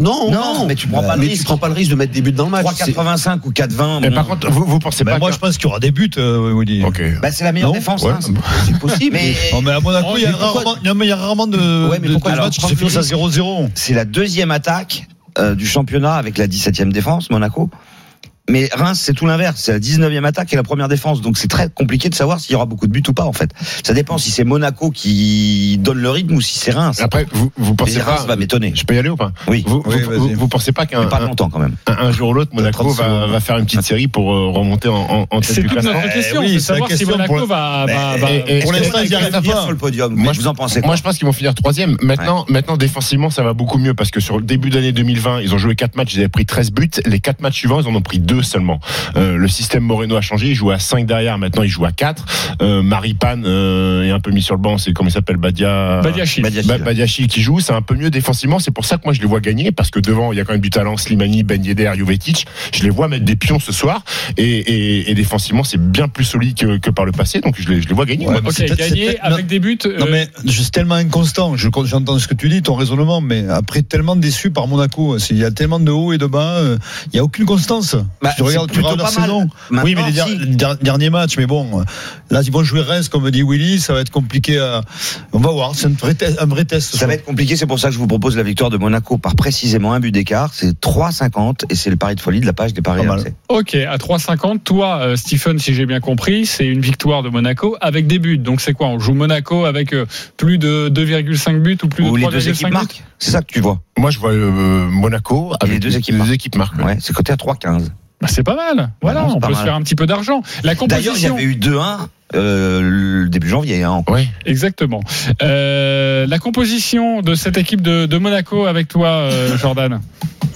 Speaker 6: Non, bah,
Speaker 9: Non, mais tu prends pas le
Speaker 6: mais
Speaker 9: risque.
Speaker 6: tu prends pas le risque de mettre des buts dans le match. Ben, C'est-
Speaker 9: 3,85 ou 4,20.
Speaker 8: Mais
Speaker 9: bon.
Speaker 8: par contre, vous, vous pensez
Speaker 7: Bah,
Speaker 8: pas.
Speaker 7: moi,
Speaker 8: que-
Speaker 7: je pense qu'il y aura des buts, euh, Willy.
Speaker 8: Ok.
Speaker 9: Bah, c'est la meilleure
Speaker 7: Non,
Speaker 9: défense.
Speaker 8: ouais.
Speaker 9: hein, c'est- c'est possible. Mais
Speaker 7: Non, mais à Monaco,
Speaker 5: Oh,
Speaker 7: il y a
Speaker 5: mais pourquoi-
Speaker 7: rarement, non, mais il y a rarement de,
Speaker 9: Ouais, mais
Speaker 7: de-
Speaker 9: pourquoi
Speaker 7: de
Speaker 9: alors,
Speaker 7: matchs qui se
Speaker 9: prendre le
Speaker 7: finissent à
Speaker 9: risque
Speaker 7: 0-0.
Speaker 9: c'est la deuxième attaque euh, du championnat avec la 17e défense, Monaco. Mais Reims, c'est tout l'inverse. C'est la 19e attaque et la première défense. Donc c'est très compliqué de savoir s'il y aura beaucoup de buts ou pas, en fait. Ça dépend si c'est Monaco qui donne le rythme ou si c'est Reims.
Speaker 8: Après, vous, vous pensez
Speaker 9: Mais Reims
Speaker 8: pas-
Speaker 9: va m'étonner.
Speaker 8: Je peux y aller ou pas
Speaker 9: Oui.
Speaker 8: Vous,
Speaker 9: Oui,
Speaker 8: vous,
Speaker 9: vas-y.
Speaker 8: vous, vous pensez pas qu'un
Speaker 9: Mais pas
Speaker 8: un-
Speaker 9: longtemps, quand même.
Speaker 8: un, un jour ou l'autre, Monaco
Speaker 9: 30
Speaker 8: va,
Speaker 9: secondes.
Speaker 8: va faire une petite série pour euh, remonter en, en, en tête
Speaker 5: C'est
Speaker 8: du
Speaker 5: toute
Speaker 8: classement
Speaker 5: notre question,
Speaker 7: oui,
Speaker 5: c'est de
Speaker 7: c'est la
Speaker 5: savoir si
Speaker 7: question
Speaker 5: Monaco
Speaker 7: pour-
Speaker 5: va. va-
Speaker 8: Mais-
Speaker 5: va-
Speaker 8: et- et-
Speaker 7: Pour
Speaker 8: est-ce
Speaker 7: l'instant,
Speaker 8: que-
Speaker 7: ils y arrivent
Speaker 9: Venir
Speaker 7: pas.
Speaker 9: sur le podium.
Speaker 8: Moi,
Speaker 9: Mais vous en pensez quoi
Speaker 8: Moi, je pense qu'ils vont finir troisième. Maintenant, maintenant, défensivement, ça va beaucoup mieux parce que sur le début d'année 2020, ils ont joué quatre matchs, ils avaient pris 13 buts. Les quatre matchs suivants, ils en ont pris deux seulement. Euh, le système Moreno a changé. Il joue à 5 derrière. Maintenant, il joue à 4. Euh, Maripane euh, est un peu mis sur le banc. C'est comment il s'appelle Badia.
Speaker 5: Badiachil.
Speaker 9: Badiachil.
Speaker 8: Ba- Badiachil qui joue, c'est un peu mieux défensivement. C'est pour ça que moi je les vois gagner parce que devant il y a quand même du talent. Slimani, Ben Yedder, Jovetic. Je les vois mettre des pions ce soir et, et- et défensivement c'est bien plus solide que, que par le passé. Donc je les, je les vois gagner.
Speaker 7: Ouais,
Speaker 8: moi.
Speaker 7: mais
Speaker 5: Ok,
Speaker 7: c'est peut-être- c'est
Speaker 5: gagné
Speaker 7: peut-être-
Speaker 5: avec des buts.
Speaker 7: Non
Speaker 5: euh,
Speaker 7: mais je suis tellement inconstant. Je- J'entends ce que tu dis, ton raisonnement, mais après tellement déçu par Monaco, C'est- il y a tellement de hauts et de bas, euh, il y a aucune constance.
Speaker 9: Bah,
Speaker 7: tu regardes,
Speaker 9: c'est
Speaker 7: tu
Speaker 9: plutôt
Speaker 7: regardes la
Speaker 9: pas mal.
Speaker 7: saison. oui, mais
Speaker 9: Maintenant,
Speaker 7: les der-
Speaker 9: si.
Speaker 7: der- derniers matchs, mais bon, euh, là ils vont jouer Reims, comme dit Willy, ça va être compliqué. à- On va voir, c'est un vrai test. Un vrai test ce
Speaker 9: Ça
Speaker 7: soir.
Speaker 9: va être compliqué, c'est pour ça que je vous propose la victoire de Monaco par précisément un but d'écart. C'est 3,50 et c'est le pari de folie de la page des paris
Speaker 7: Pas mal.
Speaker 9: RMC.
Speaker 5: Ok, à 3,50, toi, euh, Stephen, si j'ai bien compris, c'est une victoire de Monaco avec des buts. Donc c'est quoi On joue Monaco avec euh, plus de 2,5 buts ou plus
Speaker 9: Ou
Speaker 5: de
Speaker 9: les deux
Speaker 5: 3,5
Speaker 9: équipes
Speaker 5: buts
Speaker 9: marquent C'est ça que tu vois.
Speaker 8: Moi, je vois euh, Monaco avec
Speaker 9: deux équipes marquent.
Speaker 8: marques.
Speaker 9: Ouais, c'est coté à 3,15.
Speaker 5: Bah, C'est pas mal. Voilà,
Speaker 9: non, c'est
Speaker 5: on
Speaker 9: pas
Speaker 5: peut se
Speaker 9: mal.
Speaker 5: faire un petit peu d'argent.
Speaker 9: D'ailleurs, il
Speaker 5: La
Speaker 9: y
Speaker 5: composition.
Speaker 9: avait eu 2-1 euh, le début janvier. hein, en-
Speaker 8: Ouais.
Speaker 5: Exactement. Euh, la composition de cette équipe de, de Monaco avec toi, euh, Jordan.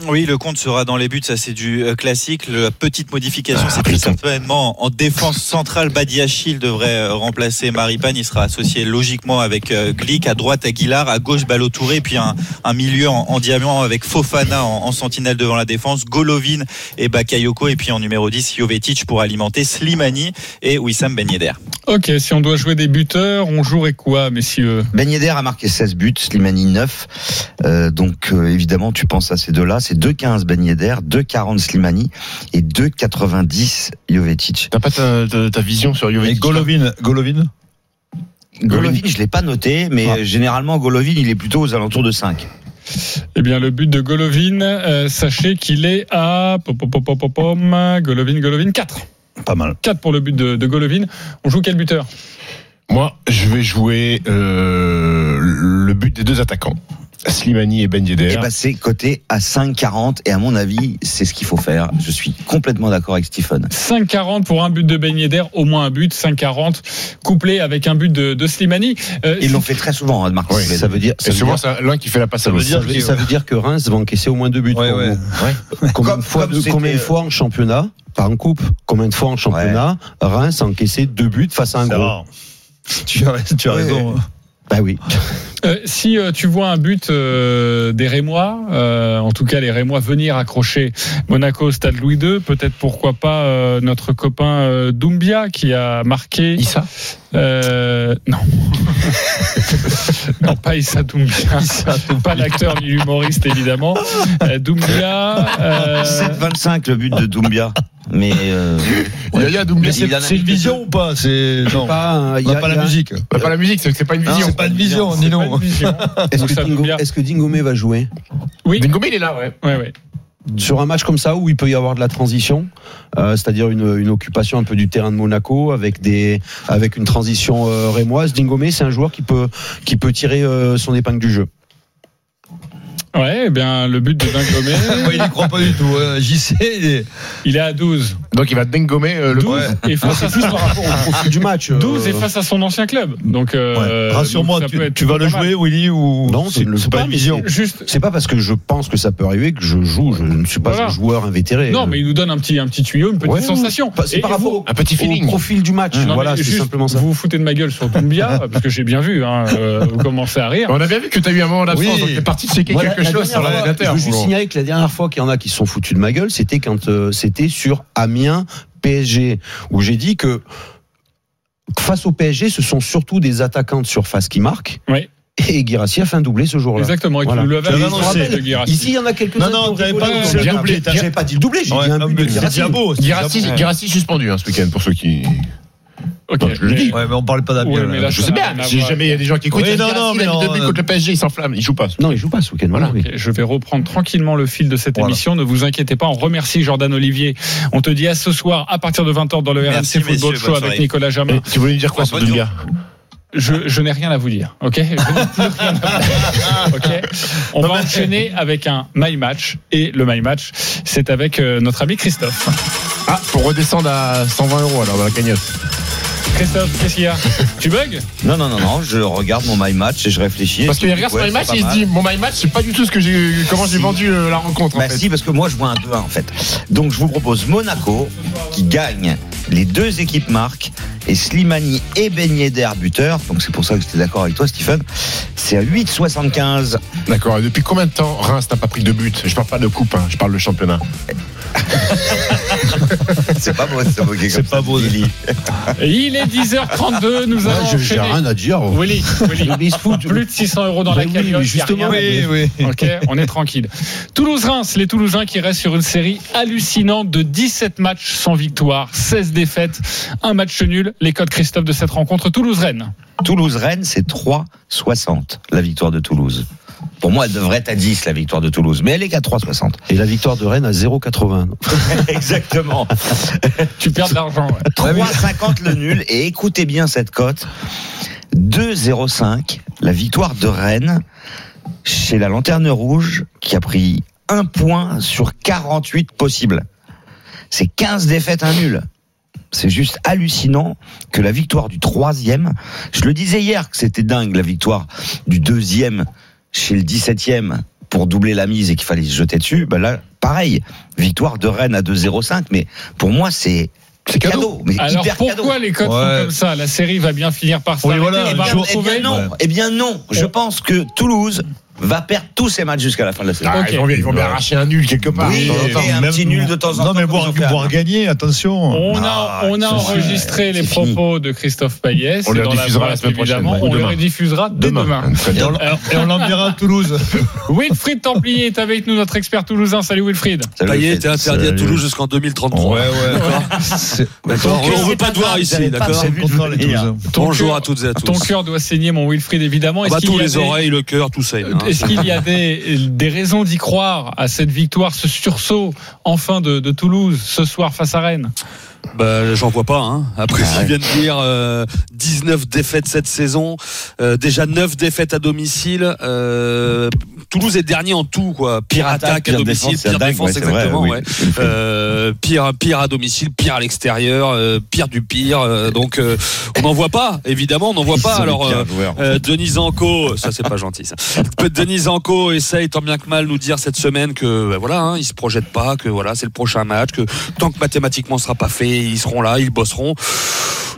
Speaker 14: Oui, le compte sera dans les buts, ça c'est du euh, classique. La petite modification, c'est que certainement en défense centrale, Badiachil devrait euh, remplacer Maripane. Il sera associé logiquement avec euh, Glick, à droite Aguilar, à gauche Balotouré, et puis un, un milieu en, en diamant avec Fofana en, en sentinelle devant la défense, Golovin et Bakayoko, et puis en numéro 10, Jovetic pour alimenter Slimani et Wissam Ben Yedder.
Speaker 5: Ok, si on doit jouer des buteurs, on jouerait quoi, messieurs
Speaker 9: Ben Yedder a marqué 16 buts, Slimani 9. Euh, donc euh, évidemment, tu penses à ces deux-là. C'est 2,15 Ben Yedder, 2,40 Slimani et 2,90 Jovetic.
Speaker 8: T'as pas ta, ta- ta vision sur
Speaker 7: Et
Speaker 8: Juventus
Speaker 7: Golovin, Golovin.
Speaker 9: Golovin, je l'ai pas noté, mais
Speaker 8: Ah.
Speaker 9: euh, généralement, Golovin, il est plutôt aux alentours de 5.
Speaker 5: Eh bien, le but de Golovin, euh, sachez qu'il est à. pom, pom, pom, pom, pom, pom, Golovin, Golovin, 4.
Speaker 7: Pas mal.
Speaker 5: 4 pour le but de, de Golovin. On joue quel buteur
Speaker 8: Moi, je vais jouer euh, le but des deux attaquants, Slimani et Ben
Speaker 9: Et
Speaker 8: Yedder.
Speaker 9: bah, c'est coté à 5,40. Et à mon avis, c'est ce qu'il faut faire. Je suis complètement d'accord avec Stephen.
Speaker 5: 5,40 pour un but de Ben Yedder, au moins un but, 5,40 couplé avec un but de, de Slimani. Euh,
Speaker 9: Ils l'ont fait très souvent, hein, de marquer.
Speaker 8: Ouais.
Speaker 9: les-
Speaker 6: Ça veut dire, ça
Speaker 8: Et
Speaker 6: veut
Speaker 8: souvent,
Speaker 6: dire,
Speaker 8: c'est l'un qui fait la passe à
Speaker 6: ça veut
Speaker 8: l'autre.
Speaker 6: dire- ça veut dire que Reims va encaisser au moins deux buts.
Speaker 7: Ouais,
Speaker 6: pour
Speaker 7: ouais.
Speaker 6: vous. Combien,
Speaker 9: Comme-
Speaker 6: de fois,
Speaker 9: comme c'était-
Speaker 6: combien de fois en championnat, pas en coupe, combien de fois en championnat, Reims a encaissé deux buts face à un
Speaker 7: C'est
Speaker 6: gros
Speaker 7: rare. Tu as, tu as
Speaker 9: Ouais.
Speaker 7: raison.
Speaker 6: Bah oui.
Speaker 5: Euh, si euh, tu vois un but euh, des Rémois, euh, en tout cas les Rémois venir accrocher Monaco au stade Louis II, peut-être pourquoi pas euh, notre copain euh, Doumbia qui a marqué.
Speaker 8: Issa
Speaker 5: Euh, non. non, pas Issa Doumbia. Pas l'acteur ni l'humoriste évidemment. Euh, Doumbia. euh,
Speaker 9: 7,25 le but de Doumbia. Mais euh,
Speaker 8: Yaya Doumbia,
Speaker 9: Mais
Speaker 8: c'est
Speaker 9: il en a
Speaker 7: C'est une
Speaker 9: mis
Speaker 7: vision ou pas C'est non.
Speaker 6: Pas,
Speaker 7: On a pas la musique.
Speaker 8: pas pas la musique, c'est que c'est pas une
Speaker 9: Non,
Speaker 8: vision.
Speaker 7: C'est pas une vision,
Speaker 5: c'est pas
Speaker 7: Nino.
Speaker 5: une vision.
Speaker 6: Est-ce
Speaker 5: Donc
Speaker 6: que,
Speaker 5: ça
Speaker 6: Dingo,
Speaker 5: tombe bien.
Speaker 6: est-ce que Dingomé va jouer
Speaker 5: Oui.
Speaker 8: Dingomé, il est là, ouais.
Speaker 5: Ouais, ouais.
Speaker 6: sur un match comme ça où il peut y avoir de la transition, euh, c'est-à-dire une, une occupation un peu du terrain de Monaco avec des avec une transition euh, rémoise. Dingomé, c'est un joueur qui peut qui peut tirer euh, son épingle du jeu.
Speaker 5: Ouais, eh bien le but de
Speaker 7: Moi, il
Speaker 5: Dingomé,
Speaker 7: n'y croit pas du tout. hein. JC, il est-
Speaker 5: il est à 12.
Speaker 8: Donc il va Dingomé euh, le
Speaker 5: 12
Speaker 8: Ouais.
Speaker 5: et face à
Speaker 6: Plus par rapport au profil du match. euh,
Speaker 5: 12 et face à son ancien club. Donc, euh,
Speaker 7: Ouais. Rassure-moi,
Speaker 5: donc ça peut
Speaker 7: tu,
Speaker 5: être
Speaker 7: tu vas le
Speaker 5: pas mal.
Speaker 7: jouer, Willy, ou
Speaker 6: Non,
Speaker 7: c'est
Speaker 6: c'est- c'est
Speaker 7: pas
Speaker 6: pas
Speaker 7: une vision.
Speaker 5: Juste.
Speaker 6: C'est pas parce que je pense que ça peut arriver que je joue. Je ne suis pas
Speaker 5: Voilà.
Speaker 6: un joueur invétéré.
Speaker 5: Non, mais il nous donne un petit, un petit tuyau, une petite
Speaker 6: euh. Ouais.
Speaker 5: sensation.
Speaker 6: Pas- C'est
Speaker 5: Et-
Speaker 6: par
Speaker 5: et
Speaker 6: rapport
Speaker 5: vous-
Speaker 6: au-
Speaker 8: Un petit
Speaker 6: au
Speaker 8: feeling.
Speaker 6: profil du match.
Speaker 5: Non, mais
Speaker 6: voilà, c'est
Speaker 5: juste,
Speaker 6: simplement ça.
Speaker 5: Vous vous foutez de ma gueule sur Dumbia, parce que j'ai bien vu, hein, euh, vous commencez à rire.
Speaker 8: On a bien vu que t'as eu un moment d'absence,
Speaker 7: Oui.
Speaker 8: donc t'es parti checker
Speaker 6: Voilà,
Speaker 8: quelque
Speaker 6: la
Speaker 8: chose
Speaker 6: dernière
Speaker 8: sur
Speaker 6: fois, Je
Speaker 8: l'ordinateur.
Speaker 6: veux juste
Speaker 8: Bon.
Speaker 6: signaler que la dernière fois qu'il y en a qui se sont foutus de ma gueule, c'était quand euh, c'était sur Amiens PSG où j'ai dit que face au PSG, ce sont surtout des attaquants de surface qui marquent.
Speaker 5: Ouais.
Speaker 6: Et Guirassi a fait un doublé ce jour-là.
Speaker 5: Exactement, et
Speaker 6: Voilà.
Speaker 5: tu nous l'avais
Speaker 7: Je
Speaker 5: annoncé,
Speaker 7: l'annonçais.
Speaker 5: le Guirassi.
Speaker 6: Ici, il y en a quelques-uns.
Speaker 7: Non, non,
Speaker 6: qui ont
Speaker 7: t'avais
Speaker 6: rigolé.
Speaker 7: pas
Speaker 8: dit le doublé,
Speaker 6: J'avais pas dit le doublé, j'ai
Speaker 7: Ouais,
Speaker 6: dit un
Speaker 7: un
Speaker 6: but de
Speaker 7: but, c'est
Speaker 6: Guirassy.
Speaker 7: Diabo. c'est
Speaker 8: Guirassy,
Speaker 7: Diabo.
Speaker 8: Guirassy suspendu hein, ce week-end pour ceux qui.
Speaker 5: Ok.
Speaker 8: Non, je le dis.
Speaker 7: Ouais, mais on parlait pas d'Amiens.
Speaker 5: Ouais, mais là,
Speaker 8: Je
Speaker 5: ça
Speaker 8: sais
Speaker 5: n'a
Speaker 8: bien,
Speaker 5: rien à
Speaker 8: si
Speaker 5: voir.
Speaker 8: jamais il y a des gens qui écoutent,
Speaker 7: Oui,
Speaker 8: il y a
Speaker 7: non,
Speaker 8: des
Speaker 7: non,
Speaker 8: Racing,
Speaker 7: mais
Speaker 8: il a mis deux
Speaker 7: on-
Speaker 8: buts contre le PSG, il s'enflamme, il joue pas.
Speaker 6: Non, il joue pas ce week-end.
Speaker 8: Voilà.
Speaker 6: oui.
Speaker 5: Ok, Je vais reprendre tranquillement le fil de cette
Speaker 7: Voilà.
Speaker 5: émission. Ne vous inquiétez pas, on remercie Jordan Olivier. On te dit à ce soir à partir de 20h dans le
Speaker 14: Merci,
Speaker 5: RMC Football
Speaker 14: messieurs,
Speaker 5: Show
Speaker 14: bonne
Speaker 5: avec
Speaker 14: soirée.
Speaker 5: Nicolas Jamin.
Speaker 8: Et tu voulais me dire quoi
Speaker 14: Ouais,
Speaker 8: sur
Speaker 14: bonne
Speaker 8: Dunga
Speaker 5: Je, je n'ai rien à vous dire, ok Je n'ai plus rien à vous dire, ok On va enchaîner avec un My Match. Et le My Match, c'est avec euh, notre ami Christophe.
Speaker 8: Ah, pour redescendre à 120 euros alors, dans la cagnotte.
Speaker 5: Christophe, qu'est-ce qu'il y a Tu bugs
Speaker 9: Non, non, non, non, je regarde mon My Match et je réfléchis.
Speaker 8: Parce qu'il
Speaker 9: Ouais,
Speaker 8: regarde sur
Speaker 9: c'est
Speaker 8: My Match
Speaker 9: pas
Speaker 8: et il se
Speaker 9: mal.
Speaker 8: dit, mon My Match, c'est pas du tout ce que j'ai, comment j'ai
Speaker 9: Si.
Speaker 8: vendu euh, la rencontre en
Speaker 9: Bah
Speaker 8: fait.
Speaker 9: si, parce que moi je vois un 2-1 en fait. Donc je vous propose Monaco qui gagne. Les deux équipes marquent et Slimani et Ben Yedder buteur. Donc c'est pour ça que j'étais d'accord avec toi, Stephen. C'est à 8,75.
Speaker 8: D'accord, et depuis combien de temps Reims n'a pas pris de but Je parle pas de coupe, hein, je parle de championnat.
Speaker 9: C'est pas beau, c'est comme
Speaker 7: C'est pas
Speaker 9: ça,
Speaker 7: beau.
Speaker 9: Lily.
Speaker 5: Il est 10h32 nous
Speaker 6: Ah,
Speaker 5: allons
Speaker 6: je- J'ai
Speaker 5: enchaîner.
Speaker 6: rien à dire.
Speaker 5: Willy, Willy,
Speaker 6: Mais ils se foutent.
Speaker 5: plus de 600 euros dans
Speaker 6: Bah
Speaker 5: la
Speaker 6: oui,
Speaker 5: cagnotte.
Speaker 6: justement.
Speaker 5: il y a rien.
Speaker 6: Oui,
Speaker 7: oui.
Speaker 5: Ok, on est tranquille. Toulouse-Reims, les Toulousains qui restent sur une série hallucinante de 17 matchs sans victoire, 16 défaites, un match nul. Les codes Christophe de cette rencontre Toulouse-Rennes.
Speaker 9: Toulouse-Rennes, c'est 3,60 la victoire de Toulouse. Pour moi, elle devrait être à 10 la victoire de Toulouse, mais elle est qu'à 3,60.
Speaker 6: Et la victoire de Rennes à 0,80.
Speaker 9: Exactement.
Speaker 5: Tu perds de l'argent. ouais.
Speaker 9: 3,50 le nul. Et écoutez bien cette cote. 2,05 la victoire de Rennes chez la Lanterne Rouge qui a pris un point sur 48 possibles. C'est 15 défaites, un nul. C'est juste hallucinant que la victoire du troisième, je le disais hier que c'était dingue la victoire du deuxième chez le 17e pour doubler la mise et qu'il fallait se jeter dessus, bah là, pareil, victoire de Rennes à 2,05, mais pour moi c'est
Speaker 8: C'est
Speaker 9: cadeau.
Speaker 8: cadeau.
Speaker 9: mais
Speaker 5: Alors
Speaker 9: hyper
Speaker 5: pourquoi
Speaker 9: cadeau.
Speaker 5: les codes
Speaker 7: Ouais.
Speaker 5: sont comme ça La série va bien finir par
Speaker 7: Oui,
Speaker 5: s'arrêter.
Speaker 7: voilà,
Speaker 5: on
Speaker 7: un
Speaker 5: va
Speaker 7: jour-
Speaker 9: Eh
Speaker 5: retrouver-
Speaker 9: bien non, eh bien non, je pense que Toulouse va perdre tous ses matchs jusqu'à la fin de la saison.
Speaker 8: Ah,
Speaker 5: Ok.
Speaker 8: Ils vont bien, ils vont bien arracher un nul quelque part.
Speaker 9: Oui,
Speaker 8: de temps en
Speaker 9: mais-
Speaker 8: temps.
Speaker 9: Et un petit nul de temps en
Speaker 7: Non,
Speaker 9: temps,
Speaker 7: mais
Speaker 9: comme
Speaker 7: boire,
Speaker 9: ils ont fait à
Speaker 7: boire
Speaker 9: Rennes.
Speaker 7: gagner, attention.
Speaker 5: On a,
Speaker 9: Ah,
Speaker 5: on a
Speaker 9: ça, c'est-
Speaker 5: enregistré les
Speaker 9: c'est fini.
Speaker 5: propos de Christophe Payet.
Speaker 8: On
Speaker 5: C'est
Speaker 8: les
Speaker 5: dans
Speaker 8: rediffusera la
Speaker 5: presse,
Speaker 8: semaine prochaine,
Speaker 5: évidemment.
Speaker 8: ouais,
Speaker 5: On les
Speaker 8: demain.
Speaker 5: rediffusera dès demain.
Speaker 8: Très bien.
Speaker 5: Alors,
Speaker 7: Et on l'enverra à Toulouse.
Speaker 5: Wilfried Templier est avec nous, notre expert toulousain. Salut Wilfried.
Speaker 9: Salut,
Speaker 14: Payet
Speaker 9: Fred.
Speaker 14: était interdit à
Speaker 7: Salut.
Speaker 14: Toulouse jusqu'en 2033. D'accord,
Speaker 9: Donc,
Speaker 14: on veut pas te voir
Speaker 9: vous avez
Speaker 14: ici,
Speaker 9: pas
Speaker 14: d'accord
Speaker 9: prévu de
Speaker 7: Contre les
Speaker 9: venir.
Speaker 7: Toulousains.
Speaker 5: Ton
Speaker 14: Bonjour
Speaker 5: cœur-
Speaker 14: à toutes et à tous.
Speaker 5: hein. Ton cœur doit saigner, mon Wilfried, évidemment.
Speaker 14: Ah bah,
Speaker 5: Est-ce qu'il
Speaker 14: tous
Speaker 5: y a
Speaker 14: les
Speaker 5: des- Euh,
Speaker 14: oreilles, le cœur, tout ça. hein.
Speaker 5: Est-ce qu'il y a des, des raisons d'y croire à cette victoire, ce sursaut enfin de, de Toulouse ce soir face à Rennes
Speaker 14: Bah, j'en vois pas. Hein. Après, ce
Speaker 9: Ah ouais.
Speaker 14: qu'ils viennent de dire, euh, 19 défaites cette saison, euh, déjà 9 défaites à domicile. euh, Toulouse est dernier en tout, quoi. Pire attaque à
Speaker 9: Ah, pire
Speaker 14: domicile,
Speaker 9: défense, c'est
Speaker 14: pire
Speaker 9: dingue,
Speaker 14: défense,
Speaker 9: ouais, c'est vrai,
Speaker 14: exactement.
Speaker 9: oui.
Speaker 14: ouais. Euh, pire, pire à domicile, pire à l'extérieur, euh, pire du pire. euh, donc, euh, on n'en voit pas, évidemment, on n'en voit
Speaker 9: Ils
Speaker 14: pas.
Speaker 9: sont
Speaker 14: Alors,
Speaker 9: les pires
Speaker 14: euh,
Speaker 9: joueurs.
Speaker 14: euh, Denis Anco, ça c'est pas gentil ça. Denis Anco essaye tant bien que mal nous dire cette semaine que ben, voilà, hein, ils se projettent pas, que voilà, c'est le prochain match, que tant que mathématiquement ce sera pas fait, ils seront là, ils bosseront.